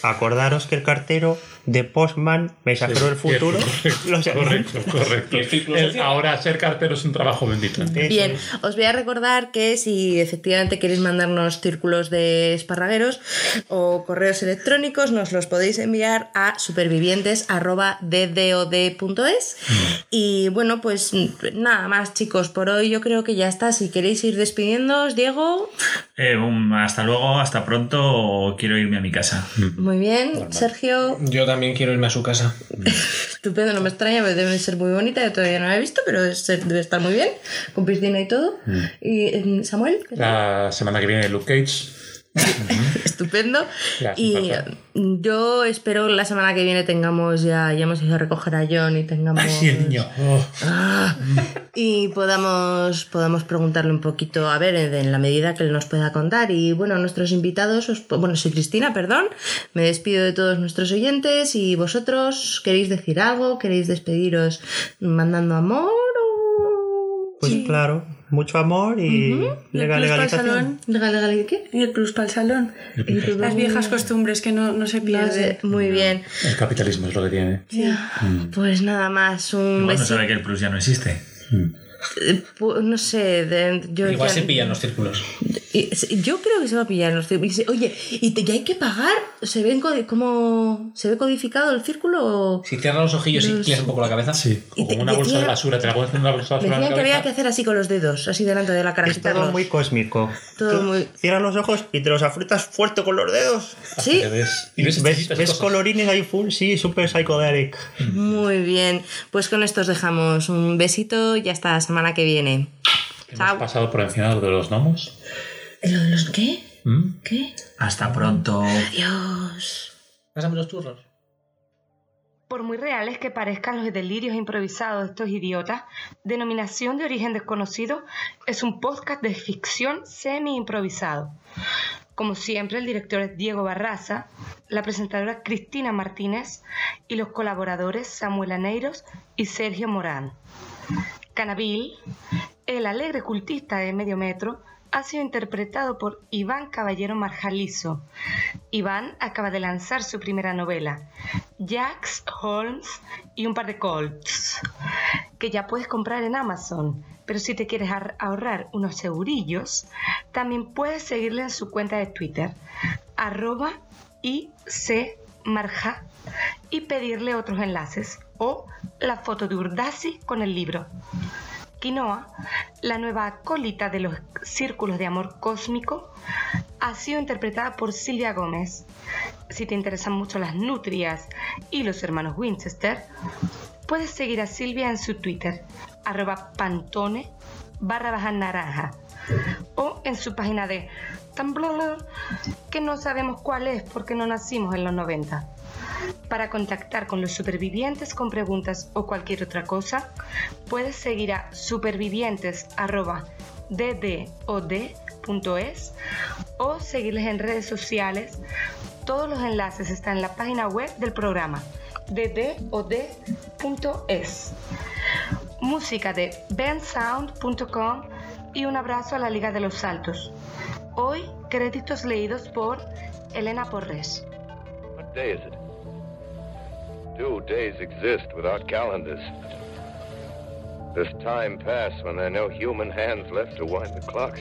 Speaker 8: Acordaros que el cartero de Postman, Mensajero del Futuro, <laughs> lo llamó.
Speaker 2: Correcto, correcto.
Speaker 3: Y el ciclo
Speaker 2: El-
Speaker 3: social.
Speaker 2: ahora ser cartero es un trabajo bendito.
Speaker 8: Eso
Speaker 1: Bien,
Speaker 8: es.
Speaker 1: os voy a recordar que si efectivamente queréis mandarnos círculos de esparragueros o correos electrónicos, nos los podéis enviar a supervivientes.ddod.es. Y bueno, pues nada más, chicos, por hoy yo creo que ya está. Si queréis ir despidiéndoos, Diego,
Speaker 4: Eh, un hasta luego, hasta pronto, quiero irme a mi casa.
Speaker 1: muy bien. Sergio,
Speaker 3: Yo también quiero irme a su casa.
Speaker 1: estupendo, no me extraña, pero debe ser muy bonita. Yo todavía no la he visto, pero es- debe estar muy bien, con piscina y todo. Y eh, Samuel, ¿qué tal?
Speaker 2: La semana que viene Luke Cage.
Speaker 1: <laughs> Estupendo.
Speaker 2: Ya, sin
Speaker 1: y
Speaker 2: falta.
Speaker 1: mm, yo espero que la semana que viene tengamos ya, ya hemos ido a recoger a John y tengamos.
Speaker 2: Sí, el niño. Oh.
Speaker 1: Ah, y podamos, podamos preguntarle un poquito, a ver, en, en la medida que él nos pueda contar. Y bueno, nuestros invitados, os- bueno, soy Cristina, perdón. Me despido de todos nuestros oyentes. Y vosotros, ¿queréis decir algo? ¿Queréis despediros mandando amor? o-
Speaker 8: Pues claro, mucho amor y
Speaker 9: Y el
Speaker 8: legal-
Speaker 9: plus para el
Speaker 8: legalización.
Speaker 9: salón.
Speaker 1: Legal, legal, ¿qué?
Speaker 9: Y el plus para el salón. Las viejas costumbres que no, no se
Speaker 1: No
Speaker 9: pierden.
Speaker 1: sé, muy bien.
Speaker 2: El capitalismo es lo que tiene.
Speaker 1: Pues nada más, un
Speaker 4: Bueno,
Speaker 1: besito.
Speaker 4: sabe que el plus ya no existe.
Speaker 1: Eh, pu- no sé, de- yo,
Speaker 3: Igual
Speaker 1: ya-
Speaker 3: se pillan los círculos.
Speaker 1: y- se- yo creo que se va a pillar los círculos. Y dice, Oye, ¿y te- ya hay que pagar? ¿Se ven codi- cómo- se ve codificado el círculo? o-
Speaker 3: Si cierras los ojillos y giras un poco la cabeza.
Speaker 2: Sí,
Speaker 1: Y te-
Speaker 2: como una
Speaker 1: decía-
Speaker 2: bolsa de basura. Te la pones en una bolsa de basura. en la
Speaker 1: Decían que había que
Speaker 2: cabeza.
Speaker 1: hacer así con los dedos, así delante de la cara.
Speaker 8: Es todo
Speaker 1: quitarlos.
Speaker 8: muy cósmico.
Speaker 1: Todo
Speaker 8: Tú
Speaker 1: muy-
Speaker 8: Cierras los ojos y te los afritas fuerte con los dedos.
Speaker 1: Sí,
Speaker 2: Que ves-
Speaker 8: Y ves, ves,
Speaker 2: estas cosas.
Speaker 8: colorines ahí full, sí, super psychedelic.
Speaker 1: muy bien. Pues con esto os dejamos un besito y hasta la semana que viene.
Speaker 2: Hemos
Speaker 1: Chao.
Speaker 2: pasado por encima de lo de los gnomos.
Speaker 1: ¿Lo de los qué?
Speaker 2: ¿Mm?
Speaker 1: ¿Qué?
Speaker 4: Hasta pronto.
Speaker 1: Dios.
Speaker 3: Pásame los churros.
Speaker 10: Por muy reales que parezcan los delirios improvisados de estos idiotas, Denominación de Origen Desconocido es un podcast de ficción semi-improvisado. Como siempre, el director es Diego Barraza, la presentadora Cristina Martínez y los colaboradores Samuel Aneiros y Sergio Morán. Canabil, el alegre cultista de medio metro, ha sido interpretado por Iván Caballero Marjalizo. Iván acaba de lanzar su primera novela, Jax Holmes y un par de Colts, que ya puedes comprar en Amazon. Pero si te quieres ar- ahorrar unos segurillos, también puedes seguirle en su cuenta de Twitter, arroba icmarja, y pedirle otros enlaces o la foto de Urdasi con el libro. Quinoa, la nueva acólita de los círculos de amor cósmico, ha sido interpretada por Silvia Gómez. Si te interesan mucho las nutrias y los hermanos Winchester, puedes seguir a Silvia en su Twitter, arroba pantone barra baja naranja, o en su página de Tumblr, que no sabemos cuál es porque no nacimos en los 90. Para contactar con los supervivientes con preguntas o cualquier otra cosa, puedes seguir a supervivientes.ddod.es o seguirles en redes sociales. Todos los enlaces están en la página web del programa ddod.es. Música de bensound.com y un abrazo a la Liga de los Saltos. Hoy, créditos leídos por Elena Porres.
Speaker 5: What day is it? Do days exist without calendars? Does time pass when there are no human hands left to wind the clocks?